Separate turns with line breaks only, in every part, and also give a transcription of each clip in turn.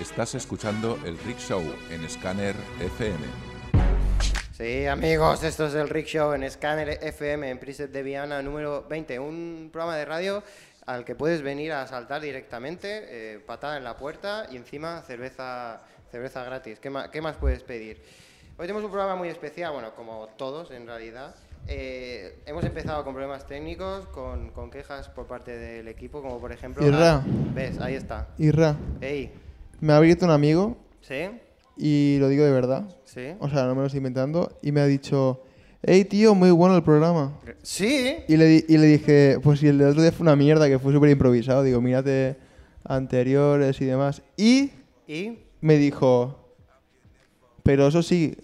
Estás escuchando el Rick Show en Scanner FM.
Sí, amigos, esto es el Rick Show en Scanner FM en Preset de Viana número 20, un programa de radio al que puedes venir a saltar directamente, eh, patada en la puerta y encima cerveza, cerveza gratis. ¿Qué ma- qué más puedes pedir? Hoy tenemos un programa muy especial, bueno, como todos en realidad. Eh, hemos empezado con problemas técnicos, con, con quejas por parte del equipo, como por ejemplo...
Irra.
¿Ves? Ahí está.
Irra,
Ey,
me ha abierto un amigo
¿sí?
y lo digo de verdad.
¿Sí?
O sea, no me lo estoy inventando. Y me ha dicho, hey tío, muy bueno el programa.
Sí.
Y le, di- y le dije, pues si el del otro día fue una mierda, que fue súper improvisado. Digo, mírate anteriores y demás. Y
¿Y?
me dijo, pero eso sí,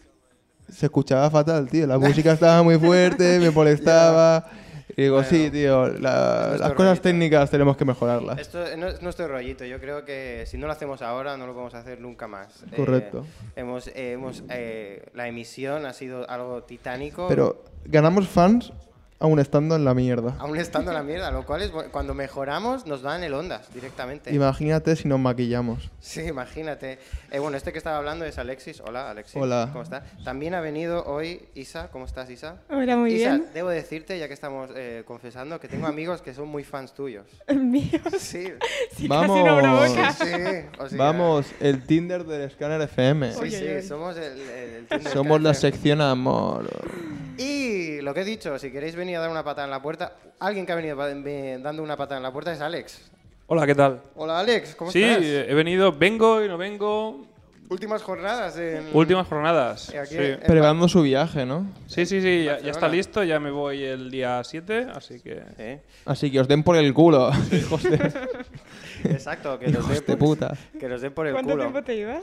se escuchaba fatal, tío. La música estaba muy fuerte, me molestaba. Y digo,
Bueno,
sí, tío, la-
nuestro
las cosas
rollito.
técnicas tenemos que mejorarlas.
Esto no es nuestro rollito. Yo creo que si no lo hacemos ahora, no lo podemos hacer nunca más. Eh,
Correcto.
hemos, eh, hemos, eh, la emisión ha sido algo titánico.
Pero ganamos fans aún estando en la mierda.
Aún estando en la mierda, lo cual es bu- cuando mejoramos nos dan el ondas directamente.
Imagínate si nos maquillamos.
Sí, imagínate. Eh, bueno, este que estaba hablando es Alexis. Hola, Alexis.
Hola.
¿Cómo estás? También ha venido hoy Isa. ¿Cómo estás, Isa?
Hola, muy
Isa,
bien.
debo decirte, ya que estamos eh, confesando, que tengo amigos que son muy fans tuyos.
Mío,
Sí,
sí,
Vamos.
casi no provoca.
sí. o sea,
Pues Vamos, el Tinder del Scanner FM.
Sí,
Oye,
sí,
oye.
somos el, el- el Tinder
Somos la
Café.
sección amor.
Y lo que he dicho, si queréis venir a dar una patada en la puerta, alguien que ha venido pa- ve- dando una patada en la puerta es Alex.
Hola, ¿qué tal?
Hola Alex, ¿cómo
sí,
estás?
eh, he venido, vengo y no vengo.
Últimas jornadas en...
Últimas jornadas.
Eh, aquí,
sí.
eh.
Preparando su viaje, ¿no?
sí, sí, sí, ya, ya está
Barcelona.
listo, ya me voy el día 7, así que...
Sí,
Así que os den por el culo, hijos de,
Exacto, que los
hijos
den
de
por,
puta.
que los den por el
¿Cuánto
culo.
tiempo te ibas?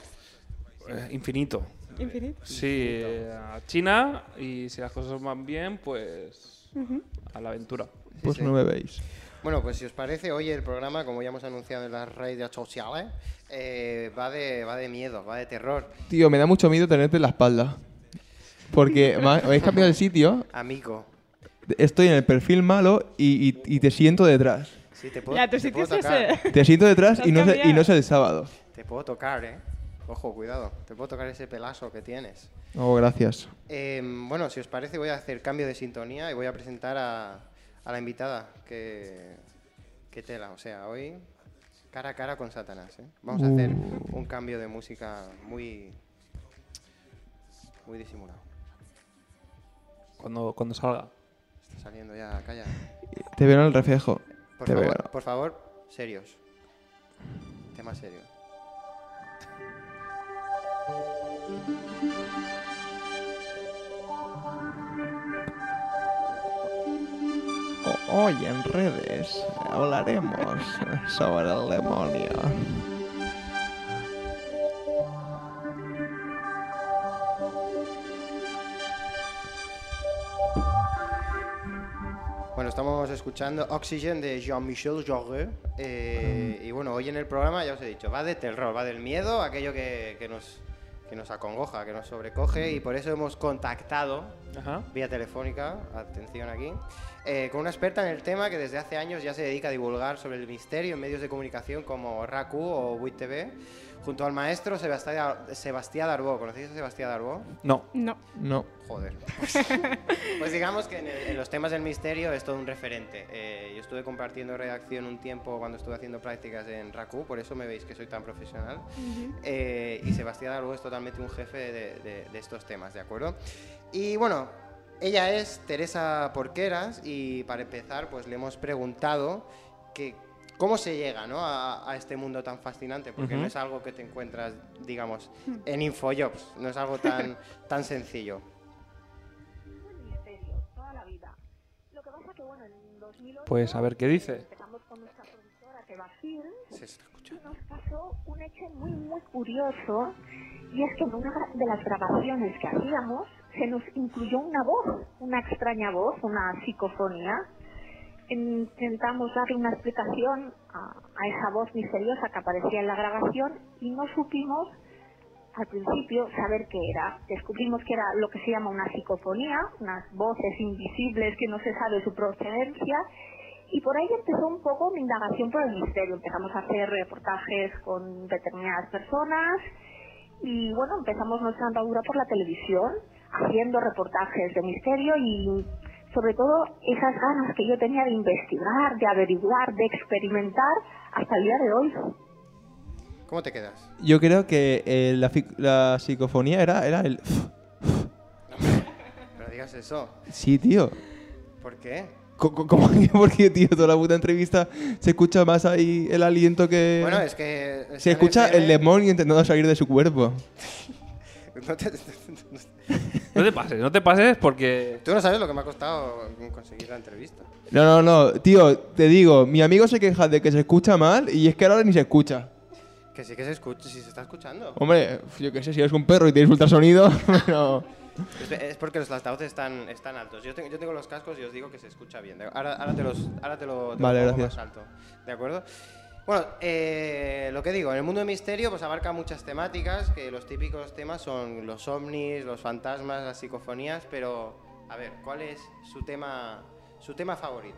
eh, infinito.
Infinito.
Sí, eh, a China y si las cosas van bien, pues... A la aventura.
Pues
sí.
no me veis.
Bueno, pues si os parece, hoy el programa, como ya hemos anunciado en las redes sociales, eh, va, de, va de miedo, va de terror.
Tío, me da mucho miedo tenerte en la espalda. Porque ma- habéis cambiado el sitio,
Amigo,
estoy en el perfil malo y, y- y te siento detrás.
sí, te puedo,
Ya, tu
te
sitio
puedo
es
tocar.
ese.
Te siento detrás y no, es el, y
cambiado.
no es el sábado.
Te puedo tocar, ¿eh? Ojo, cuidado. Te puedo tocar ese pelazo que tienes.
Oh, gracias.
Eh, bueno, si os parece, voy a hacer cambio de sintonía y voy a presentar a, a la invitada. Que, que tela, o sea, hoy cara a cara con Satanás. ¿eh? Vamos a hacer
Uh.
un cambio de música muy, muy disimulado.
Cuando, cuando salga.
Está saliendo ya, calla.
Te veo en el reflejo.
Por
Te
favor,
veo.
por favor, serios. Tema serio.
O- Hoy en redes hablaremos sobre el demonio.
Bueno, estamos escuchando Oxygen de Jean-Michel Jarre. eh, y bueno, hoy en el programa, ya os he dicho, va de terror, va del miedo, aquello que, que nos, que nos acongoja, que nos sobrecoge. Y por eso hemos contactado
Ajá.
vía telefónica, atención aquí, eh, con una experta en el tema que desde hace años ya se dedica a divulgar sobre el misterio en medios de comunicación como RACU o WIT TV, junto al maestro Sebastián, Sebastián Darbó. ¿Conocéis a Sebastián Darbó?
No.
No.
No.
Joder. Pues digamos que en, el- en los temas del misterio es todo un referente. Eh, yo estuve compartiendo redacción un tiempo cuando estuve haciendo prácticas en RACU, por eso me veis que soy tan profesional. Eh, y Sebastián Darbo es totalmente un jefe de, de- de estos temas, ¿de acuerdo? Y bueno, ella es Teresa Porqueras y para empezar pues le hemos preguntado que cómo se llega ¿no? a, a este mundo tan fascinante, porque no
Ujú.
es algo que te encuentras, digamos, en Infojobs, no es algo tan, tan sencillo.
un misterio, toda la vida. Lo que pasa que, bueno, en 2008...
Pues, a ver, ¿qué dice?
Empezamos con nuestra productora, Tebacir,
Se está escuchando.
y nos pasó un hecho muy, muy curioso, y es que en una de las grabaciones que hacíamos, se nos incluyó una voz, una extraña voz, una psicofonía. Intentamos darle una explicación a, a esa voz misteriosa que aparecía en la grabación y no supimos al principio saber qué era. Descubrimos que era lo que se llama una psicofonía, unas voces invisibles que no se sabe su procedencia, Y por ahí empezó un poco mi indagación por el misterio. Empezamos a hacer reportajes con determinadas personas y bueno, empezamos nuestra andadura por la televisión haciendo reportajes de misterio y sobre todo esas ganas que yo tenía de investigar, de averiguar, de experimentar hasta el día de hoy.
¿Cómo te quedas?
Yo creo que eh, la, fi- la psicofonía era, era el...
Pero digas eso.
Sí, tío.
¿Por qué?
Co- co- ¿Cómo que? Porque, tío, toda la puta entrevista se escucha más ahí el aliento que...
Bueno, es que...
Eh, Se escucha el demonio intentando salir de su cuerpo.
No te-
No te pases, no te pases porque.
Tú no sabes lo que me ha costado conseguir la entrevista.
No, no, no. Tío, te digo, mi amigo se queja de que se escucha mal y es que ahora ni se escucha.
Que sí que se escucha, si se está escuchando.
Hombre, yo qué sé, si eres un perro y tienes ultrasonido, pero...
Es, es porque los altavoces están, están altos. Yo tengo, yo tengo los cascos y os digo que se escucha bien. De- Ahora, ahora te los ahora te lo, te lo
Vale,
pongo
gracias.
más alto. ¿De acuerdo? Bueno, eh, lo que digo, en el mundo de misterio pues abarca muchas temáticas, que los típicos temas son los ovnis, los fantasmas, las psicofonías, pero a ver, ¿cuál es su tema su tema favorito?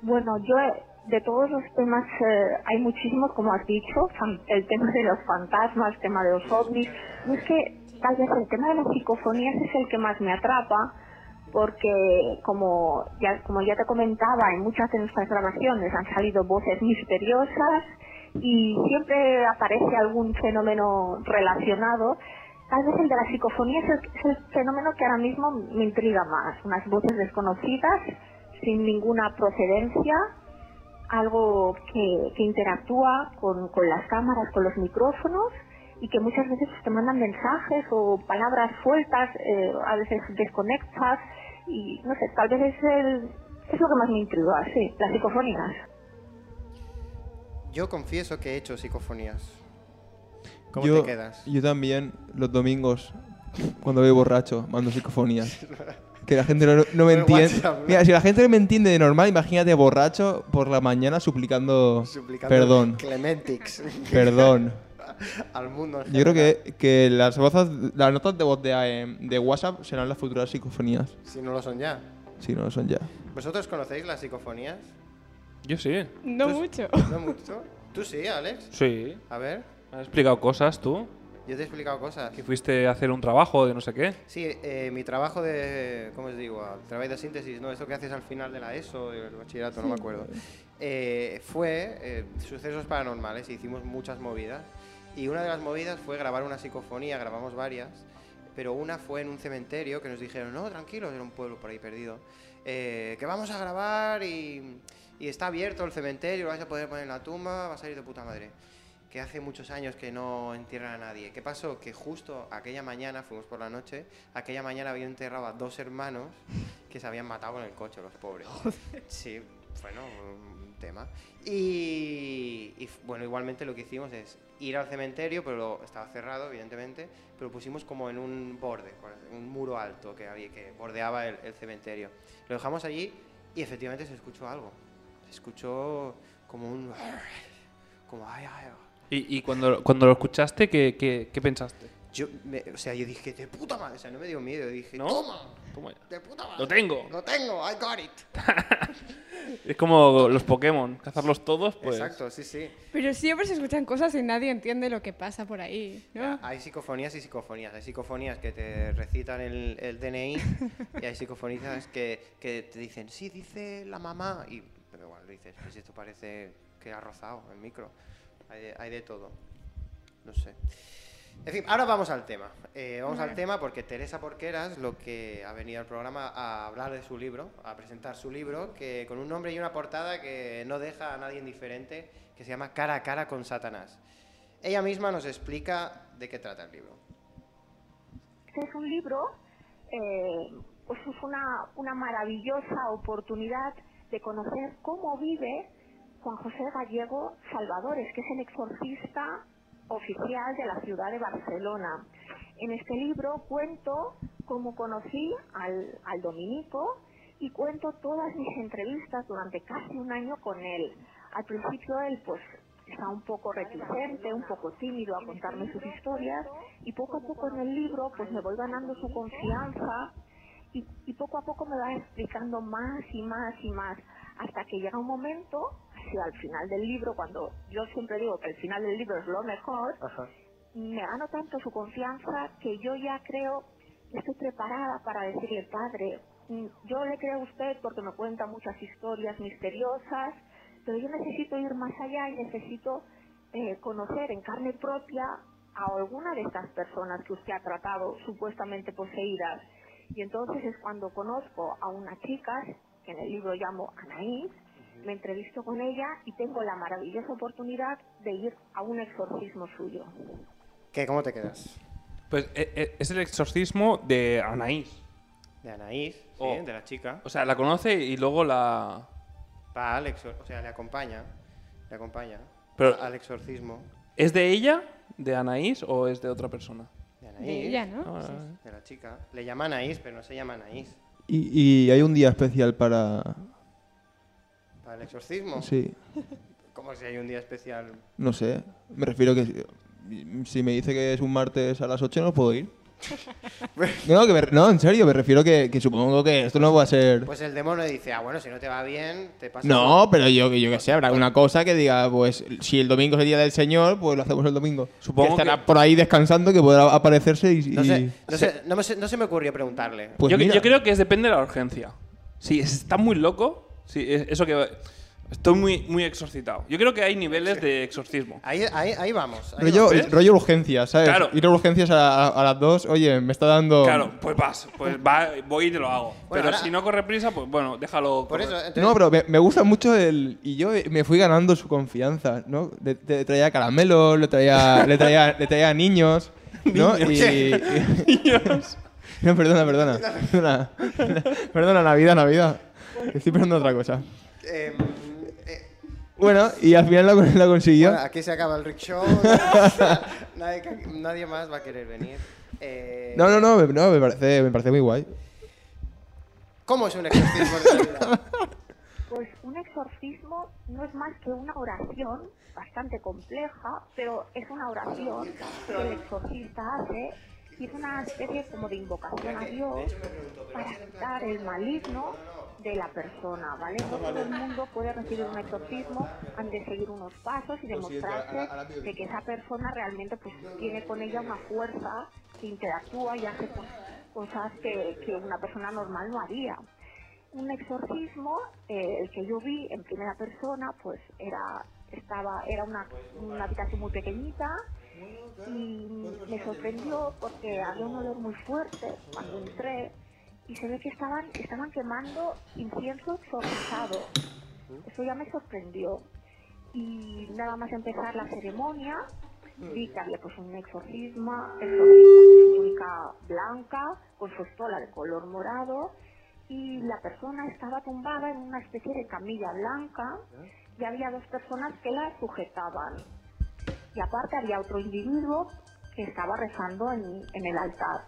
Bueno, yo eh, de todos los temas eh, hay muchísimos, como has dicho, fan- el tema de los fantasmas, el tema de los ovnis. Y es que tal vez el tema de las psicofonías es el que más me atrapa, porque como ya, como ya te comentaba, en muchas de nuestras grabaciones han salido voces misteriosas y siempre aparece algún fenómeno relacionado. Tal vez el de las psicofonías es el- es el fenómeno que ahora mismo me intriga más, unas voces desconocidas sin ninguna procedencia, algo que, que interactúa con, con las cámaras, con los micrófonos y que muchas veces pues, te mandan mensajes o palabras sueltas, eh, a veces desconectas y no sé, tal vez es, el, es lo que más me intriga, sí, las psicofonías.
Yo confieso que he hecho psicofonías. ¿Cómo
yo,
te quedas?
Yo también, los domingos, cuando voy borracho, mando psicofonías. Que la gente no, no me
el
entiende.
WhatsApp, ¿no?
Mira, si la gente no me entiende de normal, imagínate borracho por la mañana suplicando,
Suplicando
perdón,
Clementix
perdón.
al mundo. en
Yo creo
general.
que, que las, voces, las notas de voz de, AM de WhatsApp serán las futuras psicofonías,
Si no lo son ya.
si no lo son ya.
¿Vosotros conocéis las psicofonías?
Yo sí.
No mucho.
No mucho. ¿Tú sí, Alex?
Sí.
A ver,
Me has explicado cosas tú.
yo te he explicado cosas.
Que fuiste a hacer un trabajo de no sé qué.
Sí, eh, mi trabajo de, ¿cómo os digo? Al Trabajo de síntesis, ¿no? Eso que haces al final de la ESO, del bachillerato, no me acuerdo. Eh, fue eh, sucesos paranormales, hicimos muchas movidas. Y una de las movidas fue grabar una psicofonía, grabamos varias. Pero una fue en un cementerio que nos dijeron, no, tranquilos, era un pueblo por ahí perdido. eh, que vamos a grabar y, y está abierto el cementerio, lo vais a poder poner en la tumba, va a salir de puta madre que hace muchos años que no entierran a nadie. ¿Qué pasó? Que justo aquella mañana, fuimos por la noche, aquella mañana había enterrado a dos hermanos que se habían matado en el coche, los pobres. Sí, bueno, un tema. Y, y, bueno, igualmente lo que hicimos es ir al cementerio, pero lo- estaba cerrado, evidentemente, pero pusimos como en un borde, por así- un muro alto que, había, que bordeaba el- el cementerio. Lo dejamos allí y efectivamente se escuchó algo. Se escuchó como un... Como, ay, ay, ay.
Y, y cuando, cuando lo escuchaste, ¿qué, qué, qué pensaste?
Yo, me- o sea, yo dije, de puta madre. O sea, no me dio miedo. Dije,
¿No?
toma,
Toma ya.
de puta madre.
Lo tengo.
Lo tengo, I got it.
Es como los Pokémon, cazarlos todos, pues.
Exacto, sí, sí.
Pero siempre se escuchan cosas y nadie entiende lo que pasa por ahí, ¿no?
Hay psicofonías y psicofonías. Hay psicofonías que te recitan el, el DNI y hay psicofonías que, que te dicen, sí, dice la mamá. Y, pero bueno, dices, pues esto parece que ha rozado el micro. Hay de, hay de todo. No sé. En fin, ahora vamos al tema. Eh, vamos al tema porque Teresa Porqueras lo que ha venido al programa a hablar de su libro, a presentar su libro, que con un nombre y una portada que no deja a nadie indiferente, que se llama Cara a cara con Satanás. Ella misma nos explica de qué trata el libro.
Este es un libro, eh, pues es una, una maravillosa oportunidad de conocer cómo vive Juan José Gallego Salvadores, que es el exorcista oficial de la ciudad de Barcelona. En este libro cuento cómo conocí al, al dominico y cuento todas mis entrevistas durante casi un año con él. Al principio él pues está un poco reticente, un poco tímido a contarme sus historias y poco a poco en el libro pues me voy ganando su confianza y, y poco a poco me va explicando más y más y más hasta que llega un momento, hacia el final del libro, cuando yo siempre digo que el final del libro es lo mejor,
Ajá.
me gano tanto su confianza que yo ya creo que estoy preparada para decirle, padre, mm, yo le creo a usted porque me cuenta muchas historias misteriosas, pero yo necesito ir más allá y necesito eh, conocer en carne propia a alguna de estas personas que usted ha tratado supuestamente poseídas. Y entonces es cuando conozco a una chica, que en el libro llamo Anaís, me entrevisto con ella y tengo la maravillosa oportunidad de ir a un exorcismo suyo.
¿Qué, ¿Cómo te quedas?
Pues eh, eh, es el exorcismo de Anaís.
De Anaís, sí,
Oh.
de la chica.
O sea, la conoce y luego la.
Va al exor- o sea, le acompaña. Le acompaña
Pero-
al exorcismo
¿Es de ella, de Anaís, o es de otra persona?
de Anaís.
De ella, ¿no?
Ah,
de la chica. Le llama Anaís, pero no se llama Anaís.
Y, y hay un día especial para...
Para el exorcismo.
Sí,
Como si hay un día especial.
no sé. Me refiero que si- si me dice que es un martes a las 8 no puedo ir. No, que me re- no, en serio, me refiero que, que supongo que esto no va a ser...
Pues el demonio dice, ah, bueno, si no te va bien, te pasa...
No, pero yo, yo que sé, habrá una cosa que diga, pues si el domingo es el día del Señor, pues lo hacemos el domingo.
Supongo
Que estará
que-
por ahí descansando, que podrá aparecerse y...
No,
y-
sé, no, sé, no, me se- no se me ocurrió preguntarle.
Pues
yo,
mira.
yo creo que es depende de la urgencia. Si está muy loco, si es- eso que. Estoy muy, muy exorcitado. Yo creo que hay niveles de exorcismo.
Ah.
Ahí, ahí, ahí vamos. ahí
Rollo,
vamos.
rollo urgencias, ¿sabes?
Claro.
Ir a urgencias a, a las dos, oye, me está dando...
Claro, pues vas, pues va, voy y te lo hago. Pero
ahora-
si no corre prisa, pues bueno,
Por
déjalo. correr.
eso, entonces,
eh, No, pero me, me gusta mucho el... Y yo me fui ganando su confianza, ¿no? Le, le traía caramelos, le traía, le traía, le traía niños, ¿no? Y, no, perdona, perdona. Perdona, perdona, Navidad, Navidad. Estoy pensando otra cosa.
em, eh,
Bueno, y al final la, la consiguió.
Bueno, aquí se acaba el Rick Show. nadie, nadie más va a querer venir. Eh,
No, no, no, me, no, me parece, me parece muy guay.
¿Cómo es un exorcismo de Navidad?
Pues un exorcismo no es más que una oración bastante compleja, pero es una oración que el exorcista hace y es una especie como de invocación a Dios para quitar el maligno de la persona, ¿vale? No todo el mundo puede recibir un exorcismo antes de seguir unos pasos y demostrarse de que esa persona realmente pues tiene con ella una fuerza que interactúa y hace pues, cosas que- que una persona normal no haría un exorcismo, eh, el que yo vi en primera persona, pues era estaba era una, una habitación muy pequeñita y me sorprendió porque había un olor muy fuerte cuando entré y se ve que estaban estaban quemando incienso exorcizado. Eso ya me sorprendió. Y nada más empezar la ceremonia, vi que había pues un exorcismo, exorcista con su túnica blanca, con su estola de color morado, y la persona estaba tumbada en una especie de camilla blanca y había dos personas que la sujetaban. Y aparte había otro individuo que estaba rezando en, en el altar.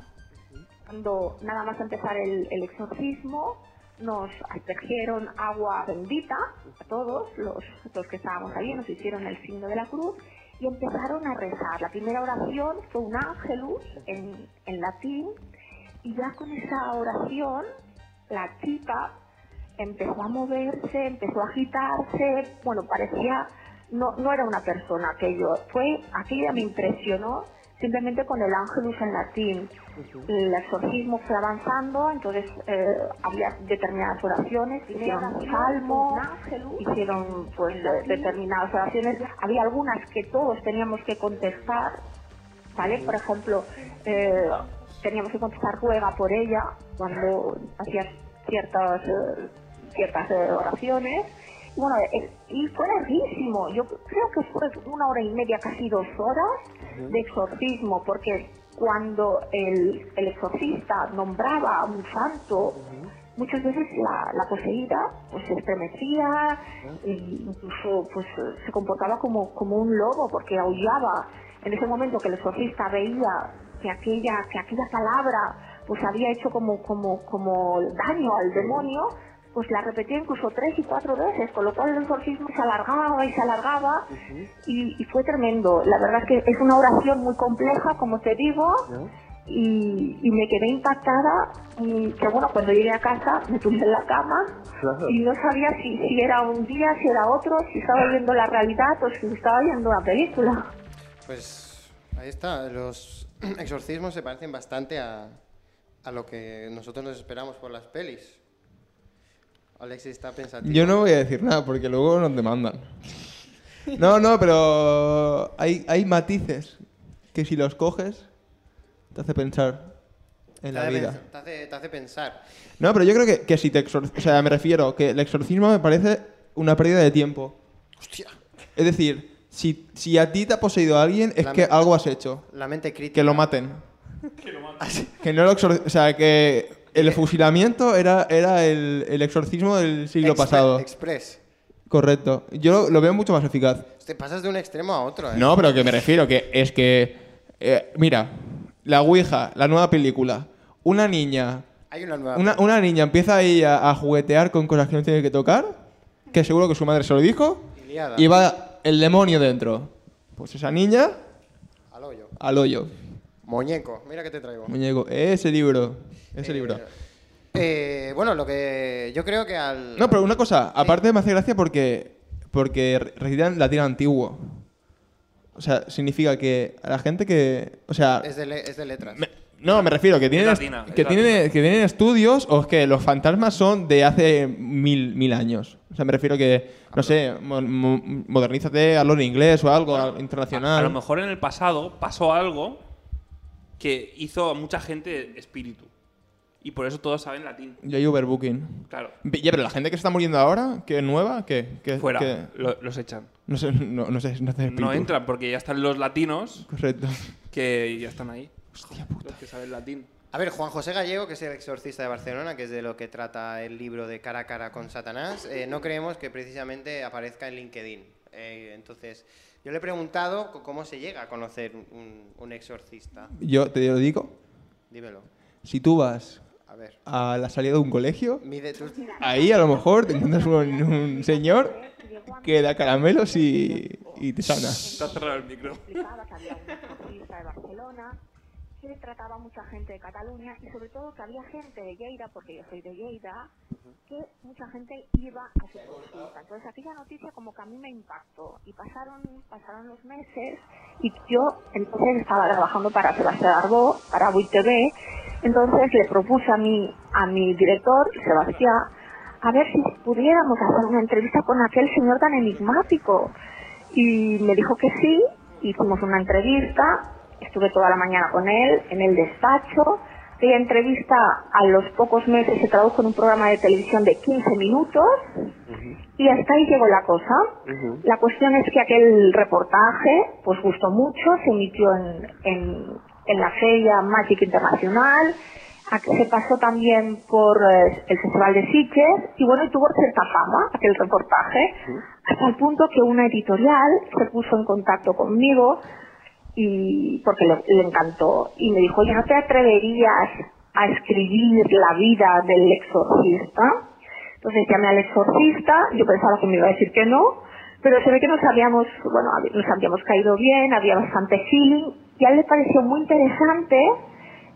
Cuando nada más empezar el, el exorcismo, nos aspergieron agua bendita a todos los, los que estábamos allí, nos hicieron el signo de la cruz y empezaron a rezar. La primera oración fue un ángelus en, en latín y ya con esa oración, la chica empezó a moverse, empezó a agitarse, bueno, parecía, no, no era una persona aquello, fue, aquella me impresionó simplemente con el ángelus en latín. El exorcismo fue avanzando, entonces eh, había determinadas oraciones, hicieron salmo, hicieron pues de- determinadas oraciones, había algunas que todos teníamos que contestar, ¿vale? Por ejemplo, eh, teníamos que contestar ruega por ella cuando hacías ciertas eh, ciertas eh, oraciones. Y Bueno, eh, y fue larguísimo. Yo creo que fue una hora y media, casi dos horas de exorcismo, porque cuando el, el exorcista nombraba a un santo, muchas veces la, la poseída pues se estremecía e incluso pues eh, se comportaba como, como un lobo porque aullaba en ese momento que el exorcista veía que aquella que aquella palabra pues había hecho como como como daño al demonio pues la repetía incluso tres y cuatro veces, con lo cual el exorcismo se alargaba y se alargaba y, y fue tremendo. La verdad es que es una oración muy compleja, como te digo, y, y me quedé impactada y que bueno, cuando llegué a casa me tumbé en la cama
Claro.
y no sabía si, si era un día, si era otro, si estaba viendo la realidad o si estaba viendo una película.
Pues ahí está, los exorcismos se parecen bastante a, a lo que nosotros nos esperamos por las pelis. Alexis está pensativo.
Yo no voy a decir nada porque luego nos demandan. No, no, pero hay, hay matices que si los coges te hace pensar en
Te
la
hace
vida.
pens- Te hace, te hace pensar.
No, pero yo creo que, que si te exorcizas, o sea, me refiero que el exorcismo me parece una pérdida de tiempo.
Hostia.
Es decir, si, si a ti te ha poseído alguien es
La
que
mente.
algo has hecho.
La mente crítica.
Que lo maten. Que no lo exor- O sea, que el fusilamiento era, era el, el exorcismo del siglo
Expre-
pasado.
Express.
Correcto. Yo lo, lo veo mucho más eficaz.
Te pasas de un extremo a otro, ¿eh?
No, pero que me refiero, que es que... eh, mira, La Ouija, la nueva película. Una niña...
Hay una nueva.
Una, una niña empieza ahí a, a juguetear con cosas que no tiene que tocar, que seguro que su madre se lo dijo,
Y liada.
y va el demonio dentro. Pues esa niña
Al hoyo.
al hoyo.
Muñeco. Mira que te traigo.
Muñeco, ese libro, ese
Eh,
libro.
eh, bueno, lo que yo creo que al...
No, pero una cosa, aparte me hace gracia porque, porque re- recitan latín antiguo. O sea, significa que a la gente que. O sea.
Es de, le- es de letras.
me- no, me refiero, que tienen,
latina,
que,
es
tienen, que tienen estudios o que los fantasmas son de hace mil, mil años. O sea, me refiero que,
Ah,
no sé, mo- mo- modernízate, hazlo en inglés o algo al- internacional.
Ah, A lo mejor en el pasado pasó algo que hizo a mucha gente espíritu. Y por eso todos saben latín.
Ya hay overbooking.
Claro.
Ya, pero la gente que se está muriendo ahora, que es nueva, que. que
Fuera.
que-
lo- los echan.
no sé, no, no sé, no hace
No
espíritu.
entran porque ya están los latinos
Correcto.
que ya están ahí. Hostia puta. Los que saben latín.
A ver, Juan José Gallego, que es el exorcista de Barcelona, que es de lo que trata el libro de Cara a Cara con Satanás, eh, no creemos que precisamente aparezca en LinkedIn. Eh, entonces, yo le he preguntado c- cómo se llega a conocer un, un exorcista.
Yo te lo digo,
Dímelo.
si tú vas
A ver.
a la salida de un colegio,
Mide tú-
ahí a lo mejor te encuentras un, un señor que da caramelos y, y te sana.
Te has cerrado el micro.
explicaba que había un exorcista de Barcelona, que trataba mucha gente de Cataluña y sobre todo que había gente de Lleida, porque yo soy de Lleida, que mucha gente iba a ser exorcista. Entonces aquella noticia como que a mí me impactó y pasaron, pasaron los meses y yo entonces estaba trabajando para Sebastián Arbó, para Buit TV, entonces le propuse a mi, a mi director, Sebastián, a ver si pudiéramos hacer una entrevista con aquel señor tan enigmático. Y me dijo que sí, hicimos una entrevista, estuve toda la mañana con él en el despacho. La entrevista a los pocos meses se tradujo en un programa de televisión de 15 minutos y hasta ahí llegó la cosa. La cuestión es que aquel reportaje pues gustó mucho, se emitió en, en- en la feria Magic Internacional, a- se pasó también por eh, el Festival de Sitges y bueno, y tuvo cierta fama aquel reportaje, hasta el punto que una editorial se puso en contacto conmigo y porque le, le encantó y me dijo, oye, ¿no te atreverías a escribir la vida del exorcista? Entonces llamé al exorcista, yo pensaba que me iba a decir que no, pero se ve que nos habíamos, bueno, hab- nos habíamos caído bien, había bastante feeling y a él le pareció muy interesante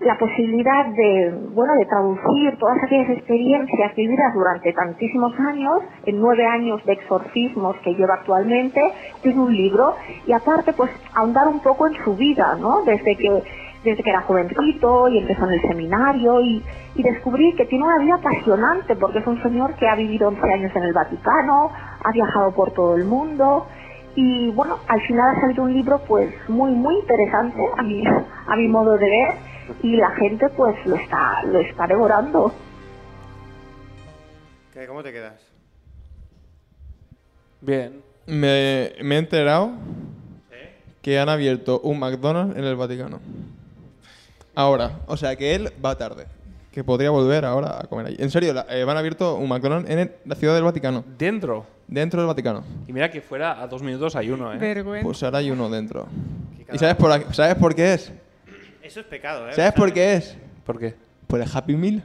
la posibilidad de, bueno, de traducir todas aquellas experiencias vividas durante tantísimos años, en nueve años de exorcismos que lleva actualmente, en un libro, y aparte pues ahondar un poco en su vida, ¿no? Desde que, desde que era jovencito y empezó en el seminario y, y descubrir que tiene una vida apasionante porque es un señor que ha vivido 11 años en el Vaticano, ha viajado por todo el mundo, y bueno, al final ha salido un libro pues muy muy interesante a mi, a mi modo de ver y la gente pues lo está, lo está devorando.
¿Qué- ¿Cómo te quedas?
Bien.
Me, me he enterado que han abierto un McDonald's en el Vaticano. Ahora, o sea que él va tarde. Que podría volver ahora a comer allí. En serio, la- eh, van abierto un McDonald's en el- la ciudad del Vaticano.
Dentro.
Dentro del Vaticano.
Y mira que fuera a dos minutos hay uno, ¿eh?
Vergüenza.
Pues ahora hay uno dentro.
Qué
¿Y sabes por, a- sabes por qué es?
Eso es pecado, ¿eh?
¿Sabes por qué es?
¿Por qué?
Mm. Por el Happy Meal.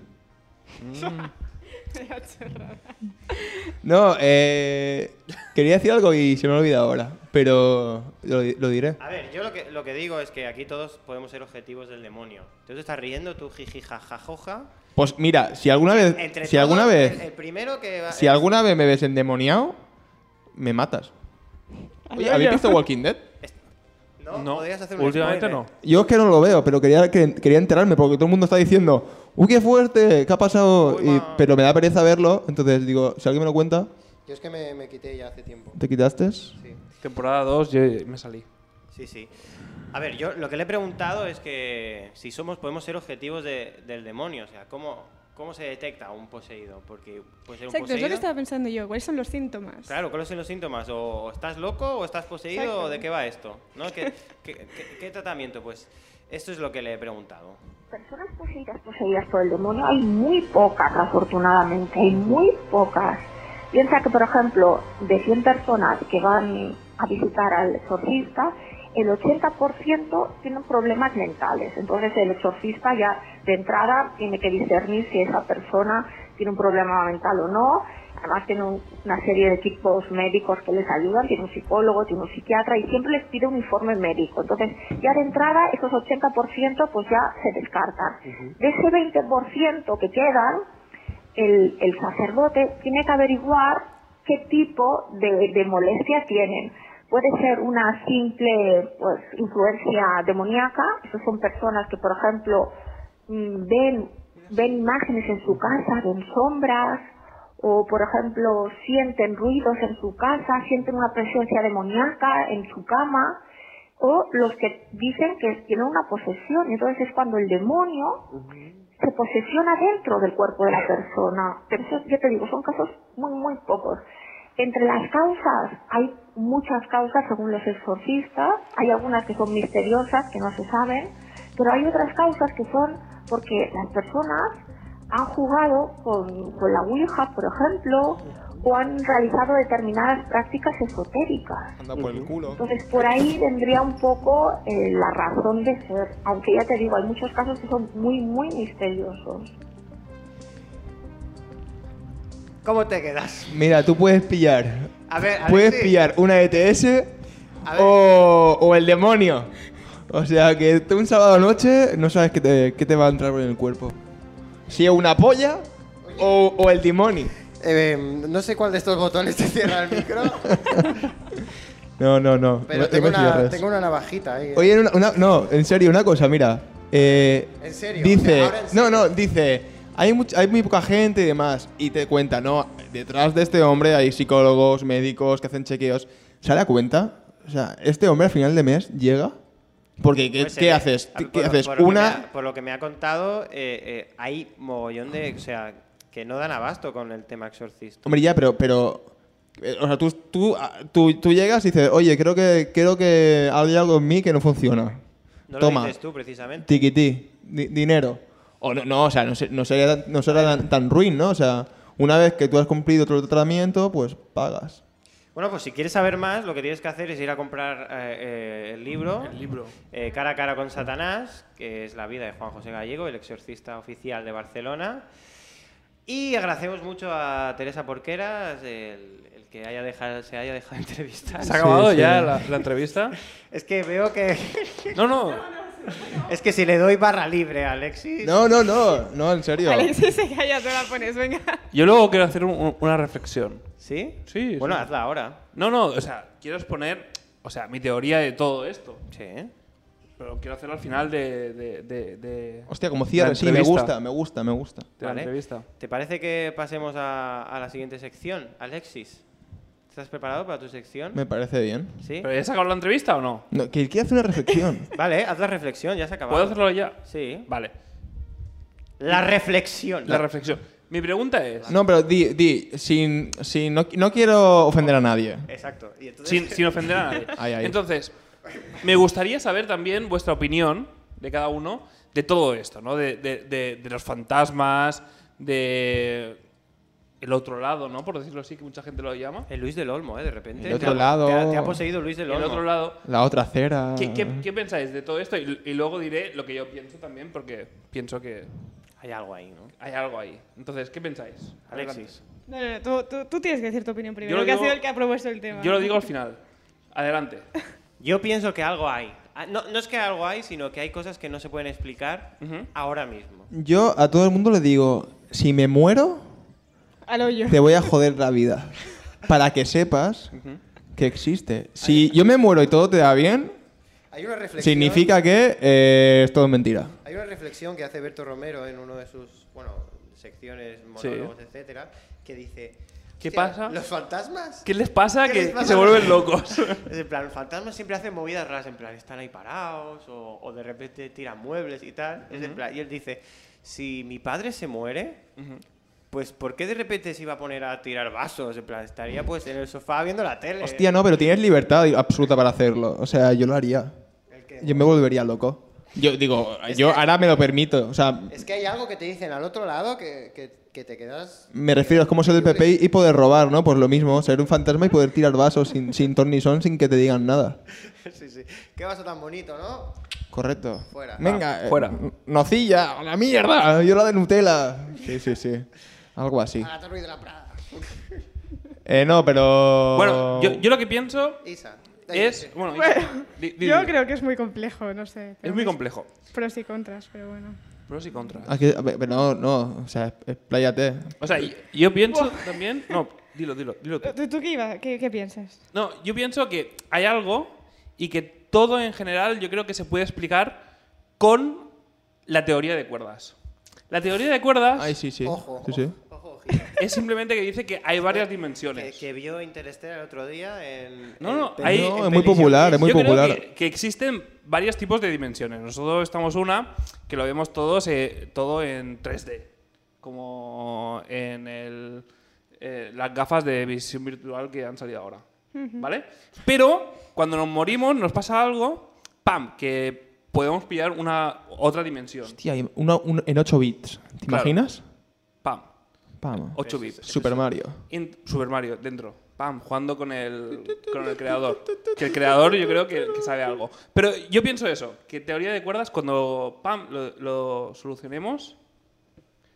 No, eh, quería decir algo y se me ha olvidado ahora, pero lo, lo diré.
A ver, yo lo que, lo que digo es que aquí todos podemos ser objetivos del demonio. Entonces estás riendo tú, jiji, jajajoja.
Pues mira, si alguna vez,
Entre
si
todos,
alguna
El, el
vez,
primero que va.
si alguna vez me ves endemoniado, me matas.
Pues,
Oye, ¿habéis visto Walking Dead?
No,
No,
podrías hacer un
últimamente
spoiler.
no.
Yo es que no lo veo, pero quería, que- quería enterarme porque todo el mundo está diciendo, ¡Uy, qué fuerte! ¿Qué ha pasado?
Uy,
Y-
ma.
pero me da pereza verlo, entonces digo, si alguien me lo cuenta,
Yo es que me, me quité ya hace tiempo.
¿te quitaste?
Sí.
Temporada 2 yo me salí.
Sí, sí. A ver, yo lo que le he preguntado es que si somos, podemos ser objetivos de- del demonio, o sea, ¿cómo, cómo se detecta un poseído? Porque puede ser un
Exacto, es lo
poseído.
que estaba pensando yo. ¿Cuáles son los síntomas?
Claro, ¿cuáles son los síntomas? ¿O o estás loco o estás poseído
Exacto.
o de qué va esto? ¿No? ¿Qué, qué- qué- qué tratamiento? Pues esto es lo que le he preguntado.
personas poseídas, poseídas por el demonio, hay muy pocas, afortunadamente, hay muy pocas. Piensa que, por ejemplo, de 100 personas que van a visitar al exorcista, el 80% tienen problemas mentales. Entonces el exorcista ya de entrada tiene que discernir si esa persona tiene un problema mental o no. Además tiene un- una serie de equipos médicos que les ayudan, tiene un psicólogo, tiene un psiquiatra y siempre les pide un informe médico. Entonces ya de entrada esos 80% pues ya se descartan. De ese 20% que quedan, el, el sacerdote tiene que averiguar qué tipo de, de molestia tienen. Puede ser una simple pues, influencia demoníaca, esas son personas que, por ejemplo, mm, ven, ven imágenes en su casa, ven sombras, o, por ejemplo, sienten ruidos en su casa, sienten una presencia demoníaca en su cama, o los que dicen que tienen una posesión. Entonces es cuando el demonio se posesiona dentro del cuerpo de la persona. Pero eso, yo te digo, son casos muy, muy pocos. Entre las causas, hay muchas causas según los exorcistas, hay algunas que son misteriosas, que no se saben, pero hay otras causas que son porque las personas han jugado con, con la Ouija, por ejemplo, o han realizado determinadas prácticas esotéricas.
Anda pues, por el culo.
Entonces, por ahí vendría un poco eh, la razón de ser, aunque ya te digo, hay muchos casos que son muy, muy misteriosos.
¿Cómo te quedas?
Mira, tú puedes pillar.
A ver, a
puedes
ver si-
pillar una ETS
A ver.
o, o el demonio. O sea, que tú un sábado noche no sabes qué te, qué te va a entrar por el cuerpo. Si es una polla o, o el demonio.
Eh, no sé cuál de estos botones te cierra el micro,
No, no, no.
pero
No
tengo
me
una,
cierres.
tengo una navajita. ahí. eh.
Oye, una- una- no, en serio, una cosa, mira. eh,
¿En serio?
Dice,
Ahora en
no,
serio.
no, dice, hay, much- hay muy poca gente y demás. Y te cuenta, no, detrás de este hombre hay psicólogos, médicos que hacen chequeos. ¿Se da cuenta? O sea, este hombre al final de mes llega. Porque, ¿qué,
Pues,
qué
eh,
haces?
a ver,
¿Qué
por-
haces?
por lo que
Una.
me ha- por lo que me ha contado, eh, eh, hay mogollón de. O sea, que no dan abasto con el tema exorcista.
Hombre, ya, pero. pero eh, o sea, tú, tú, ah, tú, tú llegas y dices, oye, creo que, creo que hay algo en mí que no funciona.
No
Toma.
lo dices tú, precisamente.
Tiquití, di- dinero. O no, no, o sea, no, se- no sería, tan- no será tan, tan ruin, ¿no? O sea, una vez que tú has cumplido tu tratamiento, pues pagas.
Bueno, pues si quieres saber más, lo que tienes que hacer es ir a comprar eh, eh, el libro.
El libro.
eh, cara a cara con Satanás, que es la vida de Juan José Gallego, el exorcista oficial de Barcelona. Y agradecemos mucho a Teresa Porqueras el, el que haya dejado, se haya dejado entrevistar.
¿Se ha acabado
sí.
ya la, la entrevista?
Es que veo que.
No, no.
Es que si le doy barra libre a Alexis.
No, no, no, no, en serio.
Alexis, se calla, te la pones, venga.
Yo luego quiero hacer un- una reflexión.
¿Sí?
Sí,
Bueno,
sí.
hazla ahora.
No, no, o sea, quiero exponer, o sea, mi teoría de todo esto.
Sí. ¿eh?
Pero quiero hacerlo al final de. de, de, de-
Hostia, como
La
cierre, sí, me
entrevista.
gusta, me gusta, me gusta.
de la entrevista.
¿Te parece que pasemos a, a la siguiente sección, Alexis? ¿Estás preparado para tu sección?
Me parece bien.
Sí.
¿Pero ya se acabó la entrevista o no?
No, que quiere hacer una reflexión.
Vale, haz la reflexión, ya se ha acabado.
¿Puedo hacerlo ya?
Sí.
Vale.
La reflexión.
La reflexión. Mi pregunta es.
No, pero di, di, sin, sin, no, no quiero ofender a nadie.
Exacto. Y entonces-
Sin, sin ofender a nadie.
Ay, ay.
Entonces, me gustaría saber también vuestra opinión de cada uno de todo esto, ¿no? De, de- de- de los fantasmas, de el otro lado, ¿no? Por decirlo así, que mucha gente lo llama.
El Luis del Olmo, ¿eh? De repente.
El otro
Te ha-
lado.
Te ha, te ha poseído Luis del
El
Olmo.
otro lado.
La otra acera.
¿Qué, qué- qué pensáis de todo esto? Y, y luego diré lo que yo pienso también, porque pienso que
Hay algo ahí, ¿no?
Hay algo ahí. Entonces, ¿qué pensáis?
Alexis.
No, no, no, tú, tú- tú tienes que decir tu opinión primero,
lo
que
digo-
ha sido el que ha propuesto el tema.
Adelante. Yo lo digo al final. Adelante.
Yo pienso que algo hay. Ah, No, no es que algo hay, sino que hay cosas que no se pueden explicar
Ujú.
ahora mismo.
Yo a todo el mundo le digo, si me muero,
Al hoyo.
te voy a joder la vida. Para que sepas que existe. Si yo me muero y todo te da bien,
Hay una reflexión.
significa que eh, es todo mentira.
Hay una reflexión que hace Berto Romero en uno de sus, bueno, secciones, monólogos, etcétera, que dice.
¿Qué
"Hostia,
pasa?
¿Los fantasmas?
¿Qué les pasa?
¿Qué
que,
les
que
pasa?
se vuelven locos.
Es en plan, los fantasmas siempre hacen movidas raras, en plan, están ahí parados o, o de repente tiran muebles y tal. Es en plan- y él dice, si mi padre se muere, pues ¿por qué de repente se iba a poner a tirar vasos? En plan, estaría pues en el sofá viendo la tele.
Hostia, no, pero tienes libertad absoluta para hacerlo. O sea, yo lo haría.
El que-
Yo me volvería loco. Yo digo, yo ahora me lo permito. O sea,
Es que hay algo que te dicen al otro lado que, que- que te quedas...
me refiero, es como ser del PP y poder robar, ¿no? Pues lo mismo, ser un fantasma y poder tirar vasos sin, sin ton ni son, sin que te digan nada.
sí, sí. Qué vaso tan bonito, ¿no?
Correcto.
Fuera.
Venga,
Ah, fuera.
eh, nocilla, a la mierda. Yo la de Nutella. Sí, sí, sí. Algo así.
Ah.
A la Torre de la Prada.
Eh, no, pero.
bueno, yo, yo lo que pienso
Isa.
es. Bueno, di- di-
Yo
di-
creo que es muy complejo, no sé.
Es
pero
muy
pues,
complejo.
Pros y contras, pero bueno.
Pros y contras.
Aquí- Ah, a ver, pero no, no, o sea, expláyate.
O sea, y- yo pienso también. No, dilo, dilo, dilo tú.
¿Tú, tú qué, iba- qué, qué piensas?
No, yo pienso que hay algo y que todo en general yo creo que se puede explicar con la teoría de cuerdas. La teoría de cuerdas
Ay, sí, sí.
Ojo,
Sí, sí.
Ojo, ojito.
es simplemente que dice que hay varias
que,
dimensiones.
Eh, que vio Interstellar el otro día en...
No, no,
en-
ahí-
en
No, es
muy
televisión.
popular, es muy-
Yo creo
popular.
que, que existen varios tipos de dimensiones. Nosotros estamos una que lo vemos todos eh, todo en 3D, como en el, eh, las gafas de visión virtual que han salido ahora, ¿vale? Pero cuando nos morimos nos pasa algo, pam, que podemos pillar una otra dimensión,
Hostia, hay una- un- en 8 bits. ¿Te
Claro.
imaginas?
pam,
Pam.
8 bits.
Super Mario.
en Super Mario dentro. Pam, jugando con el, con el creador. Que el creador yo creo que, que sabe algo. Pero yo pienso eso, que teoría de cuerdas, cuando pam, lo, lo solucionemos,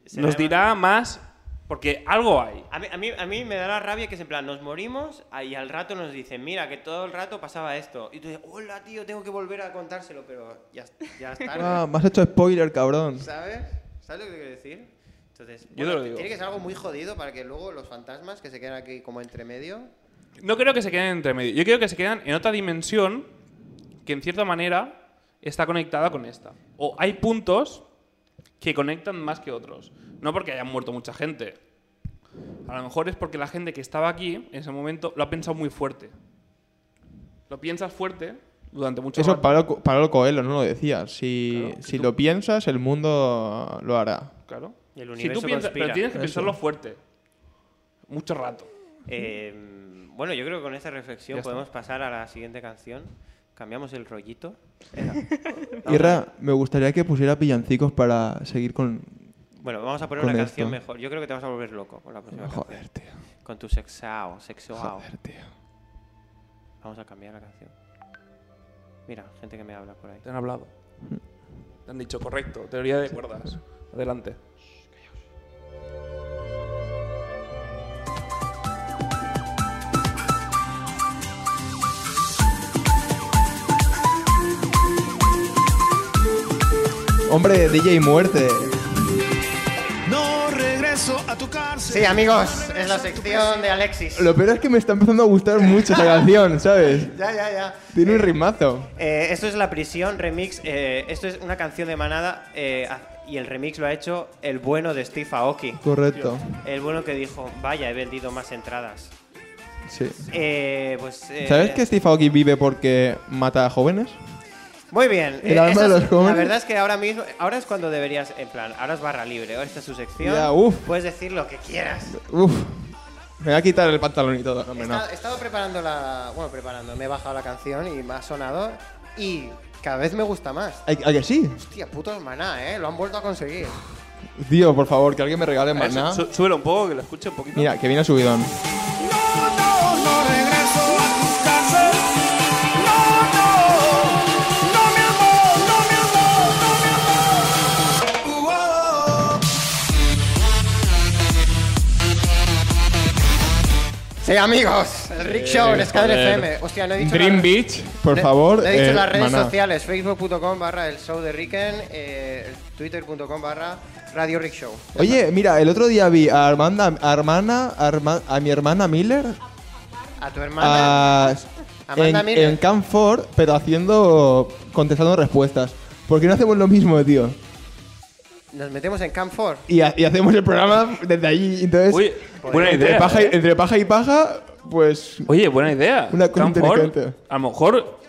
Se
nos
llama-
dirá más, porque algo hay.
A mí, a, mí, a mí me da la rabia que es en plan, nos morimos ah, y al rato nos dicen, mira, que todo el rato pasaba esto. Y tú dices, hola, tío, tengo que volver a contárselo, pero ya, ya es tarde.
Ah, me has hecho spoiler, cabrón.
¿Sabes? ¿Sabes lo que quiero decir? Entonces,
te
bueno,
lo digo.
tiene que ser algo muy jodido para que luego los fantasmas que se quedan aquí como entre medio.
No creo que se queden entre medio. Yo creo que se quedan en otra dimensión que en cierta manera está conectada con esta. O hay puntos que conectan más que otros. No porque hayan muerto mucha gente. A lo mejor es porque la gente que estaba aquí en ese momento lo ha pensado muy fuerte. Lo piensas fuerte durante mucho
Eso
rato.
Pablo, Co- Pablo Coelho no lo decía. Si,
Claro, que
si
tú-
lo piensas, el mundo lo hará.
Claro.
Y el
Si
universo
tú piensas-
conspira.
pero tienes que
Eso.
pensarlo fuerte. Mucho rato.
Eh, bueno, yo creo que con esta reflexión
Ya está.
podemos pasar a la siguiente canción. Cambiamos el rollito.
Irra, me gustaría que pusiera villancicos para seguir con.
Bueno, vamos a poner
Con
una
esto.
canción mejor. Yo creo que te vas a volver loco con la próxima
Joder, tío.
canción. Con tu sexao, sexual.
Joder, tío.
Vamos a cambiar la canción. Mira, gente que me habla por ahí.
Te han hablado. Te han dicho, correcto, teoría de cuerdas. Adelante.
Hombre, DJ Muerte.
No regreso a tu cárcel.
Sí, amigos, es la sección de Alexis.
Lo peor es que me está empezando a gustar mucho esa canción, ¿sabes?
Ya, ya, ya.
Tiene un ritmazo.
Eh, esto es La Prisión Remix. eh, esto es una canción de Manada eh, ha- y el remix lo ha hecho el bueno de Steve Aoki.
Correcto.
El bueno que dijo, vaya, he vendido más entradas.
Sí.
Eh, pues, eh,
¿Sabes que Steve Aoki vive porque mata a jóvenes?
Muy bien.
El
eh,
alma
esa
de
es-
los jóvenes.
La verdad es que ahora mismo, ahora es cuando deberías, en plan, ahora es barra libre, ahora está su sección.
Ya, uf.
Puedes decir lo que quieras.
Uf. Me voy a quitar el pantalón y todo. No, hombre,
He
no.
estado, he estado preparando la. Bueno, preparando, me he bajado la canción y me ha sonado. Y cada vez me gusta más.
¿A, a que sí?
Hostia, putos maná, ¿eh? Lo han vuelto a conseguir.
Tío, por favor, que alguien me regale más
Eso,
nada.
sú- súbelo un poco, que lo escuche un poquito.
Mira, que viene subidón.
No, no, no regreso a tu cárcel. No, no, no, mi amor, no, mi amor, no, mi amor. Uh, oh, oh.
Sí, amigos, el Rick Show en Sky
joder.
FM. Hostia, no he dicho
Dream
la-
Beach,
Por
Le-
favor,
Le he dicho
eh,
las redes
Maná.
sociales, facebook.com barra el show de Ricken, eh, el twitter.com barra Radio Rick Show.
Oye, mira, el otro día vi a Armanda, a hermana, a, herma- a mi hermana Miller,
A tu hermana.
a,
Amanda
en,
Miller.
en Canfor, pero haciendo, contestando respuestas. ¿Por qué no hacemos lo mismo, tío?
Nos metemos en Camp 4.
Y, ha- y hacemos el programa desde allí. Entonces,
Uy, buena
entre,
idea.
paja, y-
¿eh?
entre paja y paja, pues
Oye, buena idea.
Una cosa
Camp Ford,
inteligente.
A lo mejor.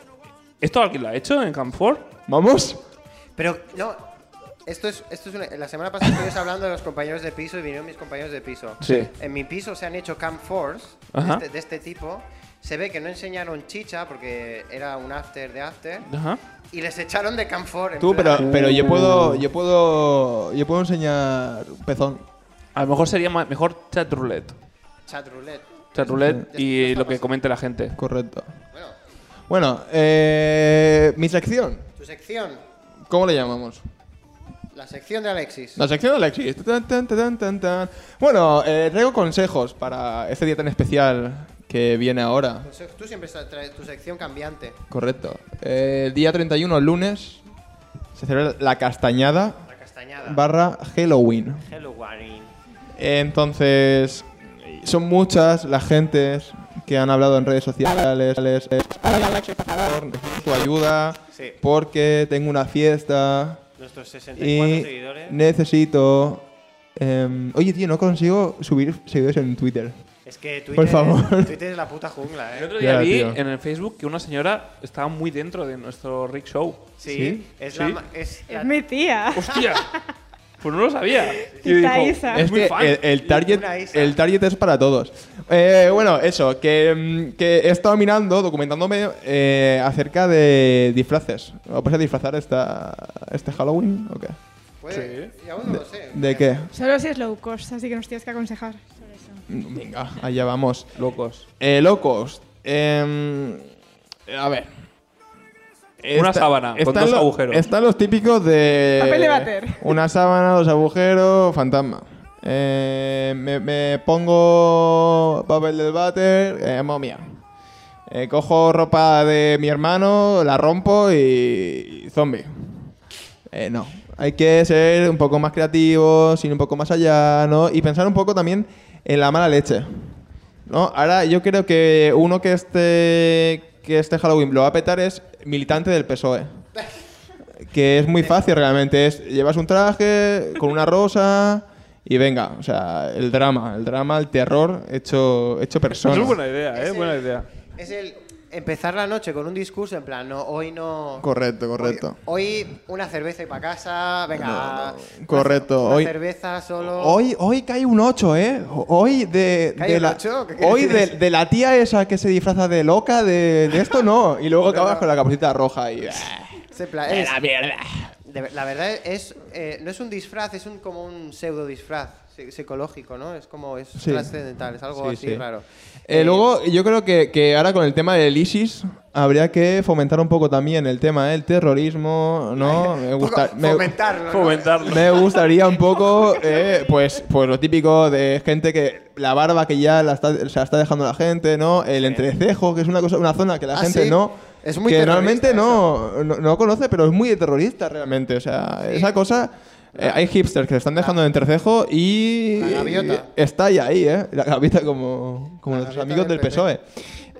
¿Esto alguien lo ha hecho en Camp Ford?
vamos.
Pero no, esto es, esto es una- la semana pasada estuvimos hablando de los compañeros de piso y vinieron mis compañeros de piso.
Sí.
En mi piso se han hecho camp fours de
Ajá.
este, de este tipo. Se ve que no enseñaron chicha porque era un after de after
Ajá.
y les echaron de camp four. en
Tú,
plan-
pero, pero yo puedo, yo puedo, yo puedo enseñar pezón.
A lo mejor sería ma- mejor chat roulette.
Chat roulette.
Chat roulette y lo que comente la gente.
Correcto.
Bueno,
Bueno, eh, mi sección.
tu sección,
¿Cómo le llamamos?
la sección de Alexis.
La sección de Alexis. Tan, tan, tan, tan, tan, tan. Bueno, eh, traigo consejos para este día tan especial que viene ahora.
Consejo- Tú siempre sa- traes tu sección cambiante.
Correcto. Eh, el día 31, el lunes, se celebra la castañada
La castañada.
barra Halloween.
Hello, Warren.
Entonces, son muchas las gentes que han hablado en redes sociales. les- les- Su ayuda,
Sí.
porque tengo una fiesta
Nuestros 64
y
seguidores.
necesito. em, oye, tío, no consigo subir seguidores en Twitter.
Es que Twitter,
Por favor.
Twitter es la puta jungla,
El
¿eh?
otro día
Ya,
vi
tío.
en el Facebook que una señora estaba muy dentro de nuestro Rick Show.
Sí.
¿Sí?
Es la. ma- Es la-
Es mi tía.
¡Hostia! pues no lo sabía.
Y está Isa.
Es
es Ah, muy
que
fan.
el, el target,
Una Isa.
el target es para todos. Eh, bueno, eso, que, mm, que he estado mirando, documentándome eh, acerca de disfraces. ¿Vas a disfrazar esta, este Halloween o qué?
puede- y aún no lo sé.
¿De qué?
Solo si es low cost, así que nos tienes que aconsejar sobre eso.
Venga, allá vamos.
Locos.
Eh, locos. em, a ver.
Una sábana con
están
dos
lo-
agujeros.
Están los típicos de.
Papel de váter.
Una sábana, dos agujeros, fantasma. Eh, me, me pongo papel del váter, eh, momia. Eh, cojo ropa de mi hermano, la rompo y. y zombie. Eh, no. Hay que ser un poco más creativos, ir un poco más allá, ¿no? Y pensar un poco también en la mala leche. ¿No? Ahora yo creo que uno que este que este Halloween lo va a petar es militante del PSOE. E. Que es muy fácil realmente, es llevas un traje con una rosa y venga, o sea, el drama, el drama, el terror hecho hecho persona.
es buena idea, ¿eh?
Es el-
Buena idea.
Es el empezar la noche con un discurso en plan, no, hoy no.
Correcto, correcto.
Hoy, hoy una cerveza y para casa, venga.
No, no,
una-
correcto,
una
hoy-
cerveza solo.
Hoy, hoy cae un 8, ¿eh? Hoy de,
¿Cae
de
un
la,
ocho? ¿Qué quieres
hoy de,
decir?
de la tía esa que se disfraza de loca, de, de esto no. Y luego acabas
no.
con la capucita roja y...
Se pla- es- de la mierda. la verdad es, eh, no es un disfraz, es un, como un pseudo disfraz psi- psicológico, ¿no? Es como, es
Sí.
trascendental, es algo
Sí,
así
sí.
raro.
Eh, luego, yo creo que, que ahora con el tema del ISIS habría que fomentar un poco también el tema del terrorismo, ¿no? Me, gusta-
Poco-
me-
fomentarlo, ¿no?
Comentarlo.
me gustaría un poco, eh, pues, pues lo típico de gente que la barba que ya la está, se la está dejando la gente, ¿no? El entrecejo, que es una cosa, una zona que la
Ah,
gente
sí.
no...
Es muy
que
terrorista
normalmente
eso.
no, no, no conoce, pero es muy de terrorista realmente. O sea, esa cosa... eh, hay hipsters que se están dejando el entrecejo y...
Ah. La gaviota.
Está ahí, ahí, ¿eh? La gaviota como, como
La
nuestros
gaviota
amigos
del
del
PP.
PSOE.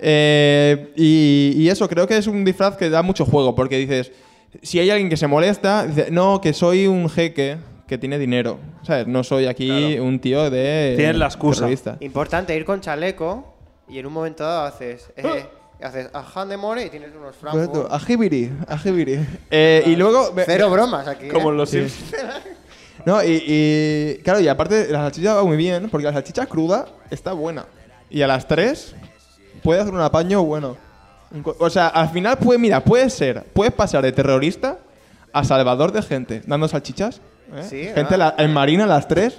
E. Eh, y, y eso, creo que es un disfraz que da mucho juego, porque dices, si hay alguien que se molesta, dice, no, que soy un jeque que tiene dinero. ¿Sabes? No soy aquí un tío de...
Tienes la excusa.
terrorista.
Importante ir con chaleco y en un momento dado haces. eh, haces ajá de more y tienes unos
Ah. Correcto,
francos.
ajibiri, ajibiri. Eh, y luego... me-
Cero bromas aquí. ¿eh?
Como los Sims.
No, y, y- claro, y aparte la salchicha va muy bien, porque la salchicha cruda está buena. Y a las 3 puede hacer un apaño bueno. Un co- O sea, al final puede, mira, puede ser, puedes pasar de terrorista a salvador de gente, dando salchichas. ¿eh?
Sí,
gente
ah.
la- en Marina a las 3,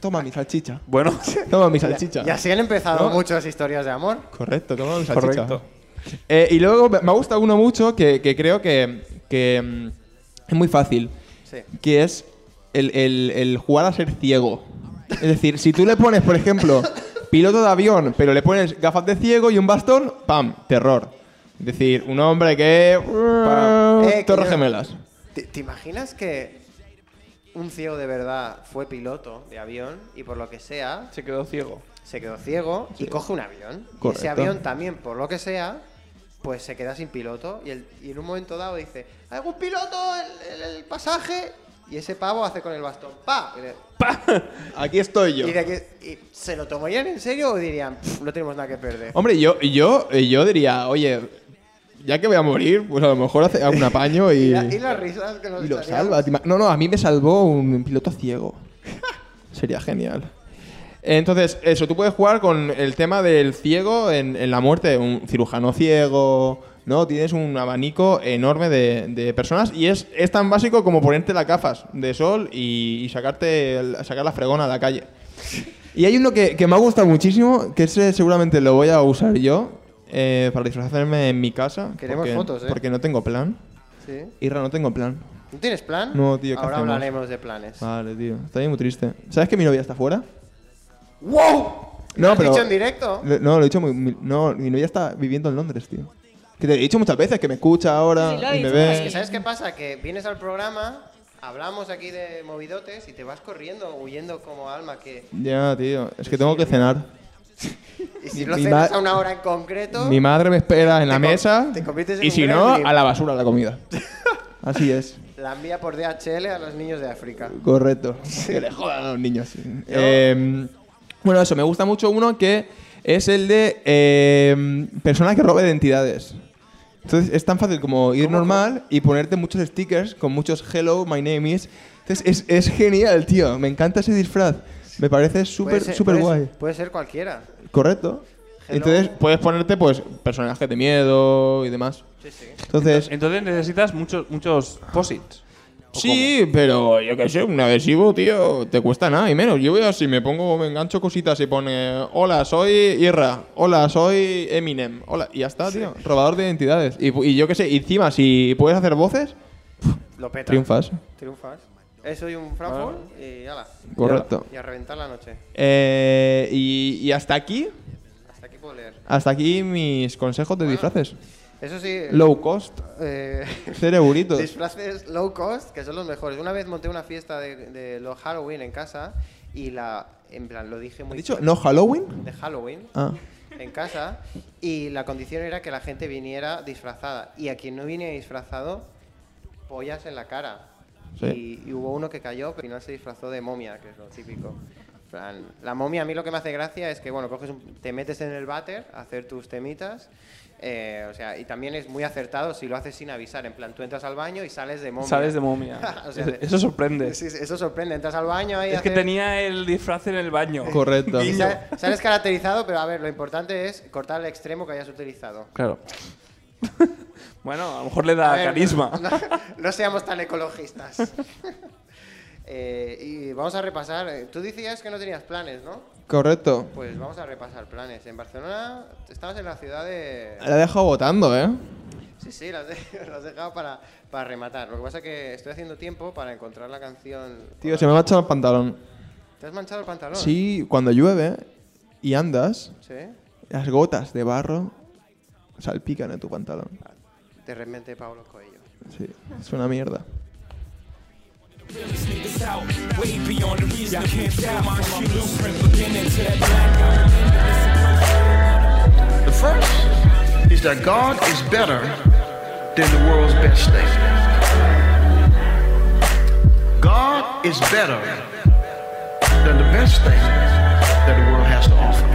toma mi salchicha.
Bueno,
Toma mi salchicha.
Y así han empezado
¿No?
muchas historias de amor.
Correcto, toma mi salchicha.
correcto.
Eh, y luego me me ha gustado uno mucho que, que creo que, que, mm, es muy fácil
Sí.
que es el, el- el jugar a ser ciego. Es decir, si tú le pones, por ejemplo, piloto de avión, pero le pones gafas de ciego y un bastón, ¡pam! Terror. Es decir, un hombre que.
Eh, que
Torres
yo-
gemelas.
¿Te, te imaginas que un ciego de verdad fue piloto de avión y por lo que sea
Se quedó ciego.
se quedó ciego y coge un avión? Y ese
Correcto.
avión también, por lo que sea, pues se queda sin piloto y, el- y en un momento dado dice, ¿algún piloto el, el- el pasaje? Y ese pavo hace con el bastón, ¡pa! Y, le-
Aquí estoy yo.
y de aquí- y ¿Se lo tomarían en serio o dirían, "Pff, no tenemos nada que perder?
Hombre, yo, yo, yo diría, oye, ya que voy a morir, pues a lo mejor hace algún apaño y.
Y, la- y las risas que nos
Y lo
echaríamos.
salva. te ima- No, no, a mí me salvó un piloto ciego. Sería genial. Entonces, eso, tú puedes jugar con el tema del ciego en, en la muerte. Un cirujano ciego, ¿no? Tienes un abanico enorme de, de personas y es, es tan básico como ponerte las gafas de sol y, y sacarte el- sacar la fregona a la calle. Y hay uno que, que me ha gustado muchísimo, que ese seguramente lo voy a usar yo eh, para disfrazarme en mi casa.
Queremos
porque-
fotos, ¿eh?
Porque no tengo plan.
¿Sí?
Irra, no tengo plan.
¿No tienes plan?
No, tío, ¿qué
Ahora
hacemos?
hablaremos de planes.
Vale, tío. Está bien muy triste. ¿Sabes que mi novia está fuera?
¡Wow!
No,
¿Lo has
pero-
dicho en directo?
Lo- no, lo he dicho muy, muy- No, mi novia está viviendo en Londres, tío. Que te he dicho muchas veces que me escucha ahora
Sí, lo he
y me
dicho,
Es que
ve.
sí.
¿Sabes qué pasa? Que vienes al programa, hablamos aquí de movidotes y te vas corriendo, huyendo como alma que...
Ya, tío. Es que tengo que cenar.
Y
Mi-
si lo
mi
cenas
ma-
a una hora en concreto...
Mi madre me espera en la
co-
mesa.
te conviertes en
Y
un
si no,
gremlin.
a la basura la comida. Así es.
La envía por DHL a los niños de África.
Correcto. Que le jodan a los niños. Eh, bueno, eso. Me gusta mucho uno que es el de eh, persona que roba identidades. Entonces es tan fácil como ir normal y ponerte muchos stickers con muchos hello, my name is. Entonces es, es genial, tío. Me encanta ese disfraz. Me parece
Puede
súper,
ser-
súper
puede
guay.
ser- Puede ser cualquiera.
Correcto.
Hello.
Entonces puedes ponerte, pues, personajes de miedo y demás.
Sí, sí.
Entonces,
Entonces necesitas muchos, muchos posits. ¿O
Sí, pero yo qué sé, un adhesivo, tío, te cuesta nada y menos. Yo veo así, me pongo, me engancho cositas y pone, hola, soy Irra, hola, soy Eminem, hola, y ya está, tío, robador de identidades. Y, pu- y yo qué sé, y encima, si puedes hacer voces,
Lo peta.
triunfas.
Triunfas. Eso y un Frankfurt y ala.
Correcto.
Y a reventar la noche.
Eh, y, y hasta aquí,
Hasta aquí puedo leer.
hasta aquí mis consejos de disfraces.
Eso sí...
Low cost,
eh,
cero euritos.
Disfraces low cost, que son los mejores. Una vez monté una fiesta de, de los Halloween en casa y la. En plan, lo dije
¿Has
muy.
dicho
fuerte,
no Halloween?
De Halloween
Ah.
en casa y la condición era que la gente viniera disfrazada. Y a quien no viniera disfrazado, pollas en la cara.
Sí.
Y, y hubo uno que cayó, pero al final se disfrazó de momia, que es lo típico. En plan, La momia a mí lo que me hace gracia es que, bueno, coges un- te metes en el váter a hacer tus temitas. eh, o sea, y también es muy acertado si lo haces sin avisar. En plan, tú entras al baño y sales de momia.
Sales de momia.
O sea,
Eso- Eso sorprende.
Sí, sí, eso sorprende. Entras al baño ahí.
Es que
haces-
tenía el disfraz en el baño.
Correcto.
y sa- Sales caracterizado, pero a ver, lo importante es cortar el extremo que hayas utilizado.
Claro. bueno, a lo mejor le
A
da
ver,
carisma.
No, no seamos tan ecologistas. Eh, y vamos a repasar. eh, Tú decías que no tenías planes, ¿no?
Correcto.
Pues vamos a repasar planes. En Barcelona estabas en la ciudad de...
La he dejado votando, ¿eh?
Sí, sí, lo has, de- lo has dejado para, para rematar. Lo que pasa es que estoy haciendo tiempo para encontrar la canción...
Tío, se me ha manchado el pantalón.
¿Te has manchado el
Ah.
pantalón?
Sí, cuando llueve y andas,
¿Sí?
las gotas de barro salpican en tu pantalón.
De repente Pablo Coelho.
Sí, es una mierda.
The first is that God is better than the world's best thing. God is better than the best thing that the world has to offer.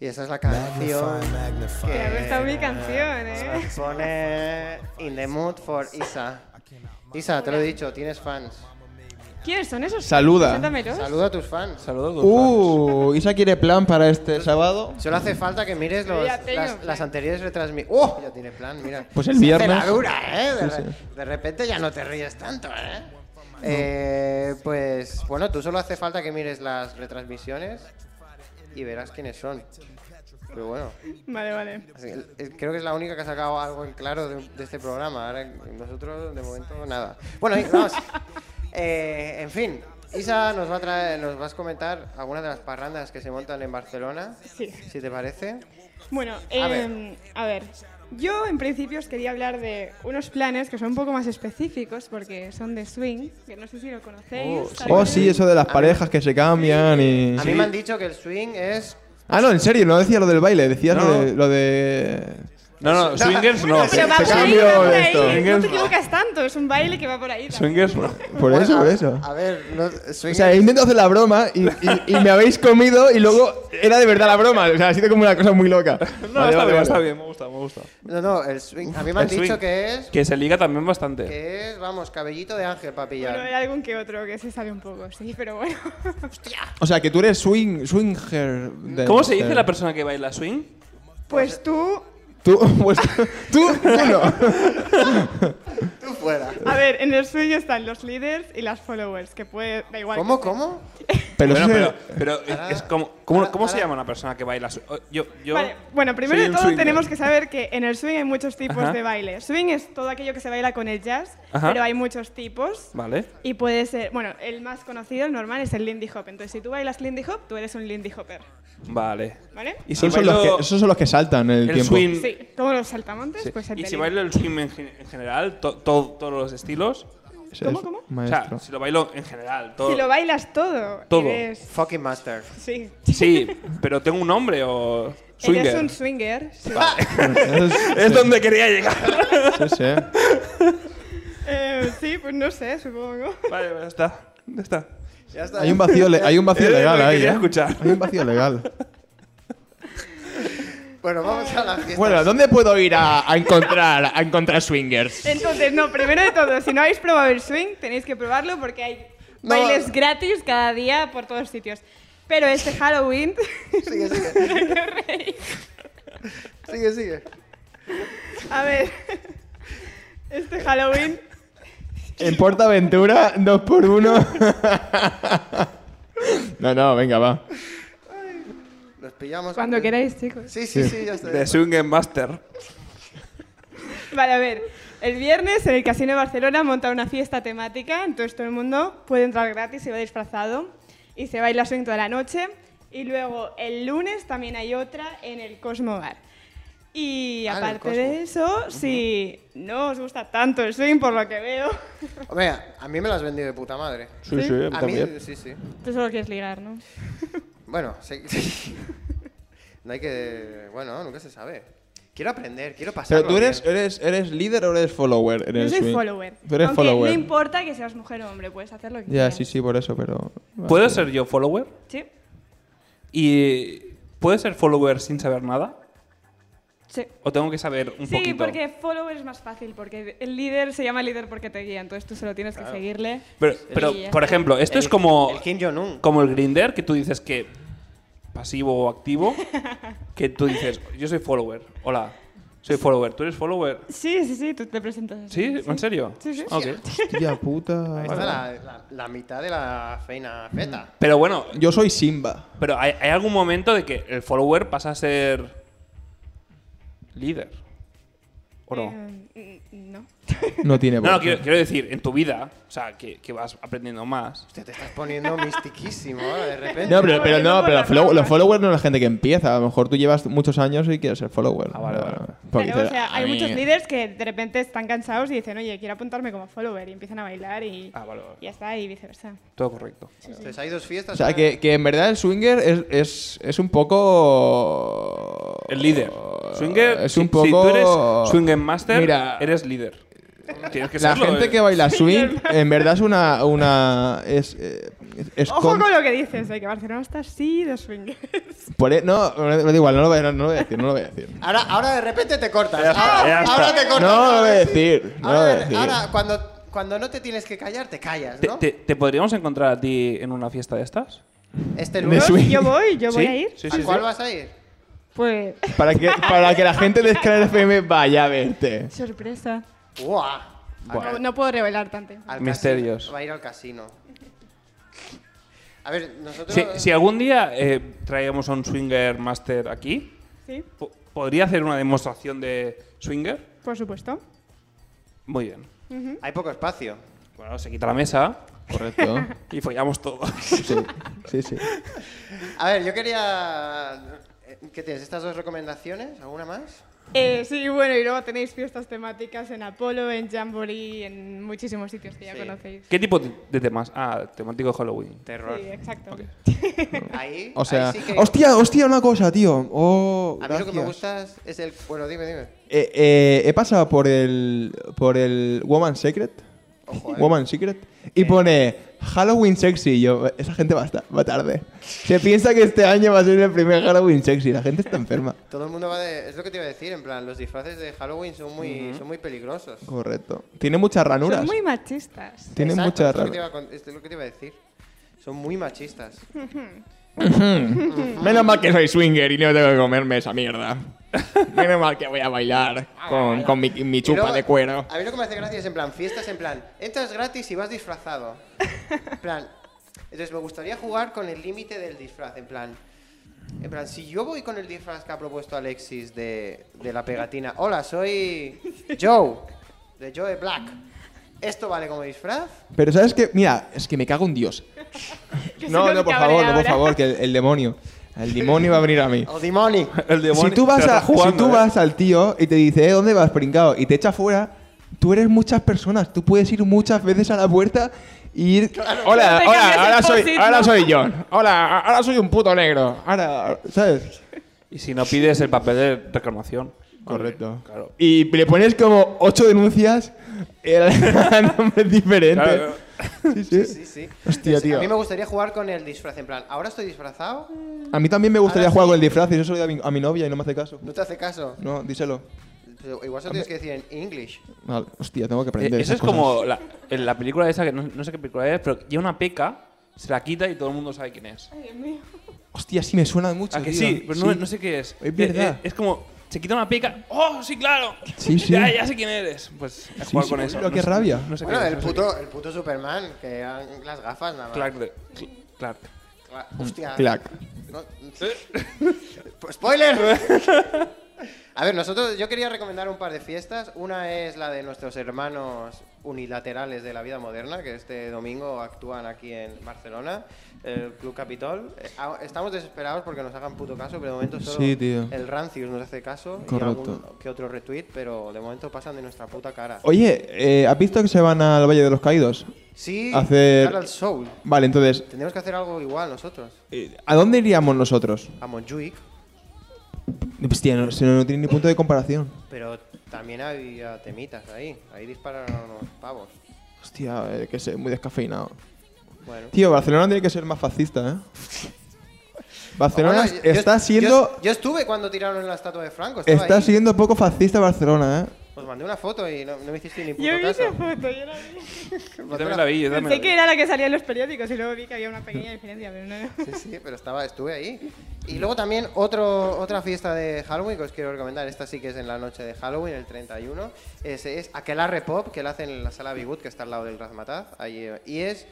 Y esa es la canción
Me ha
que
gustado mi canción, ¿eh?
pone In the Mood for Isa. Isa, te lo he dicho, tienes fans.
¿Quiénes son esos?
Saluda.
Preséntamelos.
Saluda a tus fans.
Saludos.
Uh, Isa quiere plan para este sábado.
Solo hace falta que mires los-
Ya tengo
las,
plan.
las anteriores retransmisiones. ¡Oh! Ya tiene plan, mira.
Pues el
Se hace
viernes-
la dura, ¿eh? De,
Sí,
re-
sí.
de repente ya no te ríes tanto, ¿eh? Eh, pues bueno, tú solo hace falta que mires las retransmisiones y verás quiénes son. Pero bueno,
Vale, vale.
así- eh, creo que es la única que ha sacado algo en claro de, de este programa. Ahora nosotros de momento nada. Bueno, y vamos. Eh, en fin, Isa, nos, va a traer- nos vas a comentar algunas de las parrandas que se montan en Barcelona,
Sí.
si te parece.
Bueno,
A ver.
em, a ver. Yo en principio os quería hablar de unos planes que son un poco más específicos porque son de swing, que no sé si lo conocéis. ¿sabéis?
Oh, sí, eso de las parejas que se cambian y...
A mí me han dicho que el swing es...
Ah, no, en serio, no decía lo del baile, decías
No.
lo de... Lo de...
No, no, swingers no.
Pero va
Te
por ahí,
cambio
va por ahí.
esto.
No te equivocas tanto, es un baile que va por ahí. también.
Swingers no.
Por eso, por eso.
A ver, no, swing...
O sea, he intentado hacer la broma y, y- y me habéis comido y luego era de verdad la broma. O sea, ha sido como una cosa muy loca.
No,
Vale,
está
vale,
bien,
vale.
está bien, me gusta, me gusta.
no, no, el swing... A mí me han
El swing.
dicho que es...
Que se liga también bastante.
Que es, vamos, cabellito de ángel para
Bueno, hay
pillar.
algún que otro que se sabe un poco, sí, pero bueno.
O sea, que tú eres swing, swinger. de-
¿Cómo se dice
de-
la persona que baila swing?
Pues tú,
Tú, pues, tú, tú no.
Tú fuera.
a ver, en el swing están los leaders y las followers, que puede, da igual.
¿Cómo,
que sea.
cómo?
Pero,
Bueno,
eso
pero,
es-
pero
Ahora-
es como, ¿cómo,
ahora-
cómo se
ahora-
llama una persona que baila swing? Yo, yo
Vale, bueno, primero
soy
de
un
todo
swinger.
tenemos que saber que en el swing hay muchos tipos
Ajá.
de baile. Swing es todo aquello que se baila con el jazz,
Ajá.
pero hay muchos tipos.
Vale.
Y puede ser, bueno, el más conocido, el normal, es el Lindy Hop. Entonces, si tú bailas Lindy Hop, tú eres un Lindy Hopper,
Vale.
¿vale?
Y si
esos, son los
bailo
que, esos son los que saltan el,
el
tiempo.
swing...
Sí, como los saltamontes,
Mm. sí.
pues el
y
del
si
Lindy.
bailo el swing en, gen- en general, to- to- todos los estilos.
Ese
¿Cómo,
es
cómo?
O
Maestro.
sea, si lo bailo en general, todo.
Si lo bailas todo,
Todo.
eres-
Fucking master.
Sí.
Sí, pero tengo un nombre o swinger.
Eres un swinger. sí.
Eso es-
Es donde quería llegar.
sí, sí.
Eh, sí, pues no sé, supongo.
Vale, ya está. Ya está.
Ya está.
Hay un vacío, le- hay un vacío
Es lo
legal
que
ahí.
quería
¿eh?
escuchar.
Hay un vacío legal.
Bueno, vamos a la fiesta.
Bueno, ¿dónde puedo ir a, a encontrar a encontrar swingers?
Entonces, no, primero de todo, si no habéis probado el swing, tenéis que probarlo porque hay
No.
bailes gratis cada día por todos sitios. Pero este Halloween,
Sigue, sigue. sigue, sigue.
a ver, este Halloween,
En PortAventura, dos por uno. No, no, venga, va.
Los pillamos.
cuando queráis, chicos.
Sí, sí, sí, ya está.
The Swing Master.
Vale, a ver, el viernes en el Casino de Barcelona monta una fiesta temática, entonces todo el mundo puede entrar gratis y va disfrazado y se baila swing toda la noche. Y luego el lunes también hay otra en el Cosmo Bar. Y
Ah, en el
aparte
Cosmo.
de eso, si no os gusta tanto el swing, por lo que veo,
Hombre, a mí me las has vendido de puta madre.
Sí, sí,
A mí, sí, sí.
tú solo quieres ligar, ¿no?
Bueno, sí. no hay que. Bueno, nunca se sabe. Quiero aprender, quiero pasar.
Pero tú eres, eres, eres líder o eres follower en
Yo
el
soy
swing?
follower.
Tú eres
Aunque
follower.
no importa que seas mujer o hombre, puedes hacer lo que
Ya,
quieras.
sí, sí, por eso, pero.
¿Puedo ser yo follower?
Sí,
¿Y puedo ser follower sin saber nada?
sí.
¿O tengo que saber un
Sí,
poquito?
porque follower es más fácil, porque el líder se llama líder porque te guía, entonces tú solo tienes que seguirle.
Pero, pero,
ya
por ejemplo, esto es como,
El Kim Jong-un.
como el grinder, que tú dices que pasivo o activo, que tú dices, yo soy follower, hola, soy follower, tú eres follower.
Sí, sí, sí, tú te presentas así. Eh,
¿Sí? ¿En serio?
Sí, sí.
Ok.
Hostia puta.
Ahí está la, la- la mitad de la feina feta.
Pero bueno,
Yo soy Simba.
pero hay, hay algún momento de que el follower pasa a ser líder. ¿O no?
Eh, mm, no.
No tiene
No,
voz.
no, quiero, quiero decir, en tu vida, o sea, que, que vas aprendiendo más.
Hostia, te estás poniendo mistiquísimo eh. ahora de repente.
No, pero, pero no,
Porque
pero
no
follow-
por la
los followers no es la gente que empieza. A lo mejor tú llevas muchos años y quieres ser follower.
Ah, vale, vale.
Porque
Claro, o
dices,
sea,
"A
hay
mí-
muchos líderes que de repente están cansados y dicen, oye, quiero apuntarme como follower, y empiezan a bailar y
Ah, vale, vale.
y ya está, y viceversa.
Todo correcto.
Entonces hay dos fiestas.
O sea, que, que en verdad el swinger es, es, es un poco.
El líder. Swinger,
Oh, Es
si-
un poco.
si, tú eres Swinger Master,
Mira.
eres líder. Tienes que
La
serlo,
gente
eh.
que baila swing, en verdad es una. una es, eh, es
Ojo
con-
con lo que dices, de que Barcelona está así de swingers.
por e- no, no, da igual, no lo voy, a- no, lo voy a decir, no lo voy a decir.
Ahora, ahora de repente te cortas.
Ya está,
ahora,
ya está.
ahora te
No
cortas.
lo voy a decir, no lo voy a
Ahora,
decir.
ahora, cuando, cuando no te tienes que callar, te callas,
¿Te,
¿no?
te- te podríamos encontrar a ti en una fiesta de estas?
Este
De
lunes.
swing.
Yo voy, yo
¿Sí?
voy a ir.
Sí,
¿A
sí,
cuál
sí.
vas a ir?
Pues,
Para que, para que la gente de Sky FM vaya a verte.
sorpresa.
¡Buah!
Buah.
No, no puedo revelar tanto.
Al
Misterios.
casino. Va a ir al casino. A ver, nosotros.
Si, si algún día eh, traemos a un Swinger Master aquí,
Sí,
po- ¿podría hacer una demostración de Swinger?
por supuesto.
Muy bien.
Hay poco espacio.
Bueno, se quita la mesa.
Correcto.
Y follamos todos.
Sí, sí, sí.
A ver, yo quería... eh, ¿Qué tienes? ¿Estas dos recomendaciones? ¿Alguna más?
Eh, sí, bueno, y luego tenéis fiestas temáticas en Apolo, en Jamboree, en muchísimos sitios que ya
Sí.
conocéis.
¿Qué tipo de temas? Ah, temático de Halloween.
Terror.
Sí, exacto.
Ok.
Ahí,
O sea,
ahí sí que-
hostia, hostia, una cosa, tío. Oh,
A mí lo que me
gracias.
gusta es el... Bueno, dime, dime.
Eh, eh, he pasado por el por el Woman Secret.
Ojo, eh.
Woman Secret. Y pone Halloween sexy. Y yo, esa gente va, tar- va tarde. Se piensa que este año va a ser el primer Halloween sexy. La gente está enferma.
Todo el mundo va de... Es lo que te iba a decir, en plan, los disfraces de Halloween son muy, son muy peligrosos.
Correcto. Tiene muchas ranuras.
Son muy machistas.
Tiene
Exacto, es lo
muchas
que te
ranuras.
iba a con- Es lo que te iba a decir. Son muy machistas.
Menos mal que soy swinger y no tengo que comerme esa mierda. Menos mal que voy a bailar con, con mi, mi
Y luego, A mí lo que me hace gracia es en plan fiestas, en plan, entras gratis y vas disfrazado. En plan, entonces me gustaría jugar con el límite del disfraz, en plan, en plan, si yo voy con el disfraz que ha propuesto Alexis de, de la pegatina, hola, soy Joe, de Joe Black. ¿Esto vale como disfraz?
Pero sabes que, mira, es que me cago en Dios.
Que se
No,
nos
no, por
cabre
favor, no, por
ahora.
favor, que el, el demonio. El demonio va a venir a mí.
¡O demoni!
El
Si tú, vas, a- si tú vas al tío y te dice, "Eh, ¿dónde vas, pringao? Y te echa fuera, tú eres muchas personas. Tú puedes ir muchas veces a la puerta y ir...
Pero te cambias el post-it, ¿no?
John. Hola, ahora soy un puto negro. Ahora, ¿sabes?
Y si no pides el papel de reclamación.
Correcto.
Claro.
Y le pones como ocho denuncias a nombres diferentes.
Claro.
Sí, sí.
Sí, sí.
Hostia,
A
tío.
mí me gustaría jugar con el disfraz, en plan, ¿ahora estoy disfrazado?
A mí también me gustaría
Ahora
jugar
sí.
con el disfraz y eso se lo digo a mi, a mi novia y no me hace caso.
¿No te hace caso?
No, díselo.
Pero igual se lo tienes que decir en English.
Vale, hostia, tengo que
Eh,
aprender.
eso
esas
es como
cosas.
la, en la película esa, que no, no sé qué película es, pero lleva una peca, se la quita y todo el mundo sabe quién es.
Ay, Dios mío.
Hostia, sí me suena mucho.
¿A Ah, que
tío.
sí? Pero No, no sé qué es.
Es verdad.
Eh, eh, Es, como, se quita una peca, ¡oh, sí, claro!
Sí, sí.
Ya, ya sé quién eres. Pues a
Sí,
jugar
sí,
con
uy,
eso.
lo que
sé-
rabia.
No sé
Bueno,
qué es,
el
no sé
puto, el puto Superman, que eran las gafas nada
qué
más.
es. Clark. de- Cl- Clark.
Cla- Hostia.
Clac.
No- Pues, ¡Spoiler! A ver, nosotros, yo quería recomendar un par de fiestas. Una es la de nuestros hermanos unilaterales de la vida moderna, que este domingo actúan aquí en Barcelona, el Club Capitol. Eh, a- Estamos desesperados porque nos hagan puto caso, pero de momento solo
Sí, tío.
el Rancius nos hace caso.
Correcto.
Y algún que otro retweet, pero de momento pasan de nuestra puta cara.
Oye, eh, ¿has visto que se van al Valle de los Caídos?
Sí,
hacer-
cara al Soul.
Vale, entonces,
Tendríamos que hacer algo igual nosotros.
eh, ¿a dónde iríamos nosotros?
A Montjuic,
Hostia, no, se- no tiene ni punto de comparación.
pero también había temitas ahí. Ahí dispararon unos pavos.
Hostia, eh, que es muy descafeinado.
Bueno.
Tío, Barcelona tiene que ser más fascista, ¿eh? Barcelona
Bueno, yo- yo-
está
yo-
siendo...
Yo, estuve cuando tiraron la estatua de Franco. estaba
Está
ahí.
siendo poco fascista Barcelona, ¿eh?
Os mandé una foto y no, no me hiciste ni puto
Yo vi
caso.
esa foto, yo la vi.
Yo también la vi, yo también
Pensé que
la vi.
era la que salía en los periódicos y luego vi que había una pequeña diferencia, pero no.
Sí, sí, pero estaba, estuve ahí. Y luego también otro, otra fiesta de Halloween que os quiero recomendar. Esta sí que es en la noche de Halloween, el 31. Es, es Aquelarre Pop, que la hacen en la sala Bigut, que está al lado del Razmataz. Ahí, eh, y es,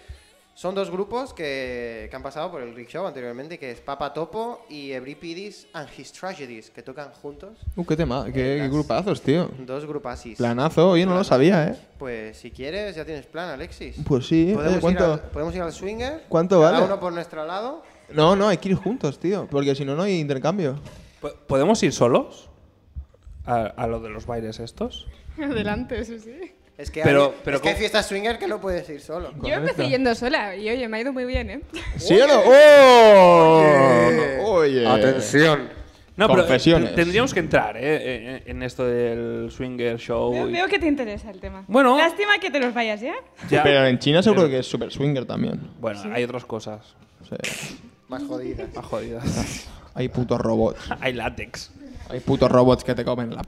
son dos grupos que, que han pasado por el Rick Show anteriormente, que es Papa Topo y Everypidis and His Tragedies, que tocan juntos.
Uh, qué tema, qué,
Eh,
qué
las-
grupazos, tío.
Dos grupasis.
Planazo, oye, no lo sabía, ¿eh?
Pues si quieres, ya tienes plan, Alexis.
Pues sí,
¿Podemos,
oye, ¿cuánto?
ir, al, podemos ir al swinger.
¿Cuánto
cada
vale?
uno por nuestro lado.
No, no, hay que ir juntos, tío, porque si no, no hay intercambio.
Po- ¿Podemos ir solos? A, a lo de los bailes estos.
Adelante, eso sí.
Es que,
Pero-
hay,
pero
es que hay
¿cómo?
fiestas swinger que no puedes ir solo.
Yo empecé
Correcto.
yendo sola y oye, me ha ido muy bien, ¿eh?
¿Sí o no? ¡Oh! Oye.
No, pero, eh,
Confesiones.
ten- tendríamos que entrar eh, eh, en esto del swinger show.
Veo,
y-
veo que te interesa el tema.
Bueno.
Lástima que te los vayas ya.
Ya.
Pero en China seguro
Pero-
que es super swinger también.
Bueno, hay otras cosas
O sea,
Más jodidas.
más jodidas.
hay putos robots.
hay látex.
Hay putos robots que te comen la...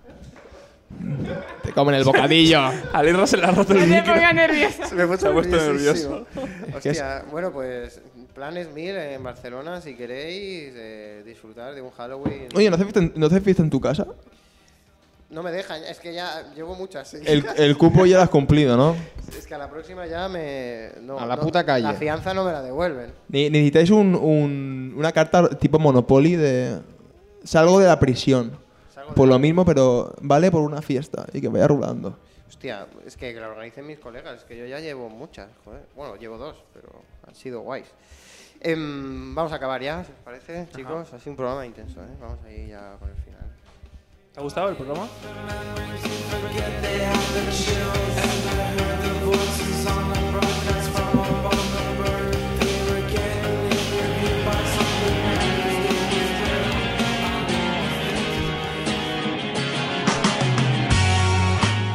Te comen el bocadillo.
A Lirra se le ha roto
No
el
te
micro.
pongas nerviosa.
Me he puesto
Se ha puesto
nerviosísimo.
que es-
Hostia, bueno, pues planes mil en Barcelona si queréis eh, disfrutar de un Halloween.
Oye, ¿no haces fiesta en, no haces fiesta en tu casa?
No me dejan, es que ya llevo muchas. sí.
El, el cupo ya lo has cumplido, ¿no?
Es que a la próxima ya me. no,
A la
no,
puta calle.
La fianza no me la devuelven.
Ne- Necesitáis un, un- una carta tipo Monopoly de... Salgo de la prisión. Por lo mismo, pero vale por una fiesta y que vaya rulando.
Hostia, es que la organicen mis colegas, es que yo ya llevo muchas, joder. Bueno, llevo dos, pero han sido guays. Em, vamos a acabar ya, si os parece, chicos. Ha sido un programa intenso, ¿eh? Vamos ahí ya con el final.
¿Te ha gustado el programa?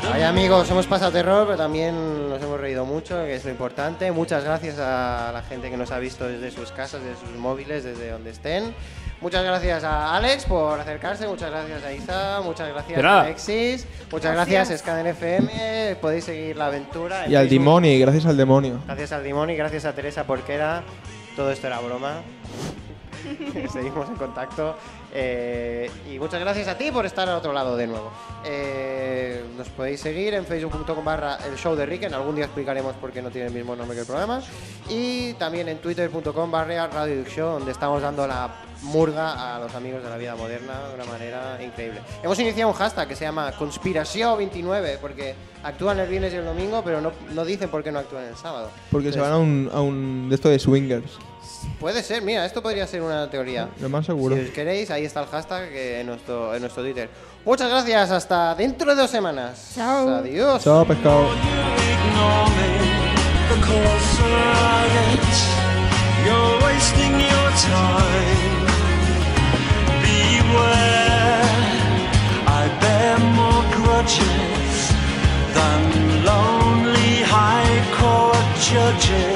Vaya amigos, hemos pasado terror, pero también nos hemos reído mucho, que es lo importante. Muchas gracias a la gente que nos ha visto desde sus casas, desde sus móviles, desde donde estén. Muchas gracias a Alex por acercarse, muchas gracias a Isa, muchas gracias
De nada.
a Alexis, muchas gracias, a Scan FM, podéis seguir la aventura. en
Y al
Facebook.
Dimoni, gracias al demonio.
Gracias al Dimoni, gracias a Teresa Porquera. Todo esto era broma. Seguimos en contacto. Eh, y muchas gracias a ti por estar al otro lado de nuevo. Eh, nos podéis seguir en facebook.com barra el show de Rick. En algún día explicaremos por qué no tiene el mismo nombre que el programa. Y también en twitter.com barra Radio Duke Show, donde estamos dando la murga a los amigos de la vida moderna de una manera increíble. Hemos iniciado un hashtag que se llama Conspiración29, porque actúan el viernes y el domingo, pero no, no dicen por qué no actúan el sábado.
Porque se
Entonces,
van a un, a un de esto de swingers.
Puede ser, mira, esto podría ser una teoría.
Lo más seguro.
Si os queréis, ahí está el hashtag eh, en nuestro, en nuestro Twitter. Muchas gracias, hasta dentro de dos semanas.
Chao.
Adiós.
Chao, pescado.
ignore me, the closer I get, you're wasting your time. Beware, I bear more grudges than lonely high court judges.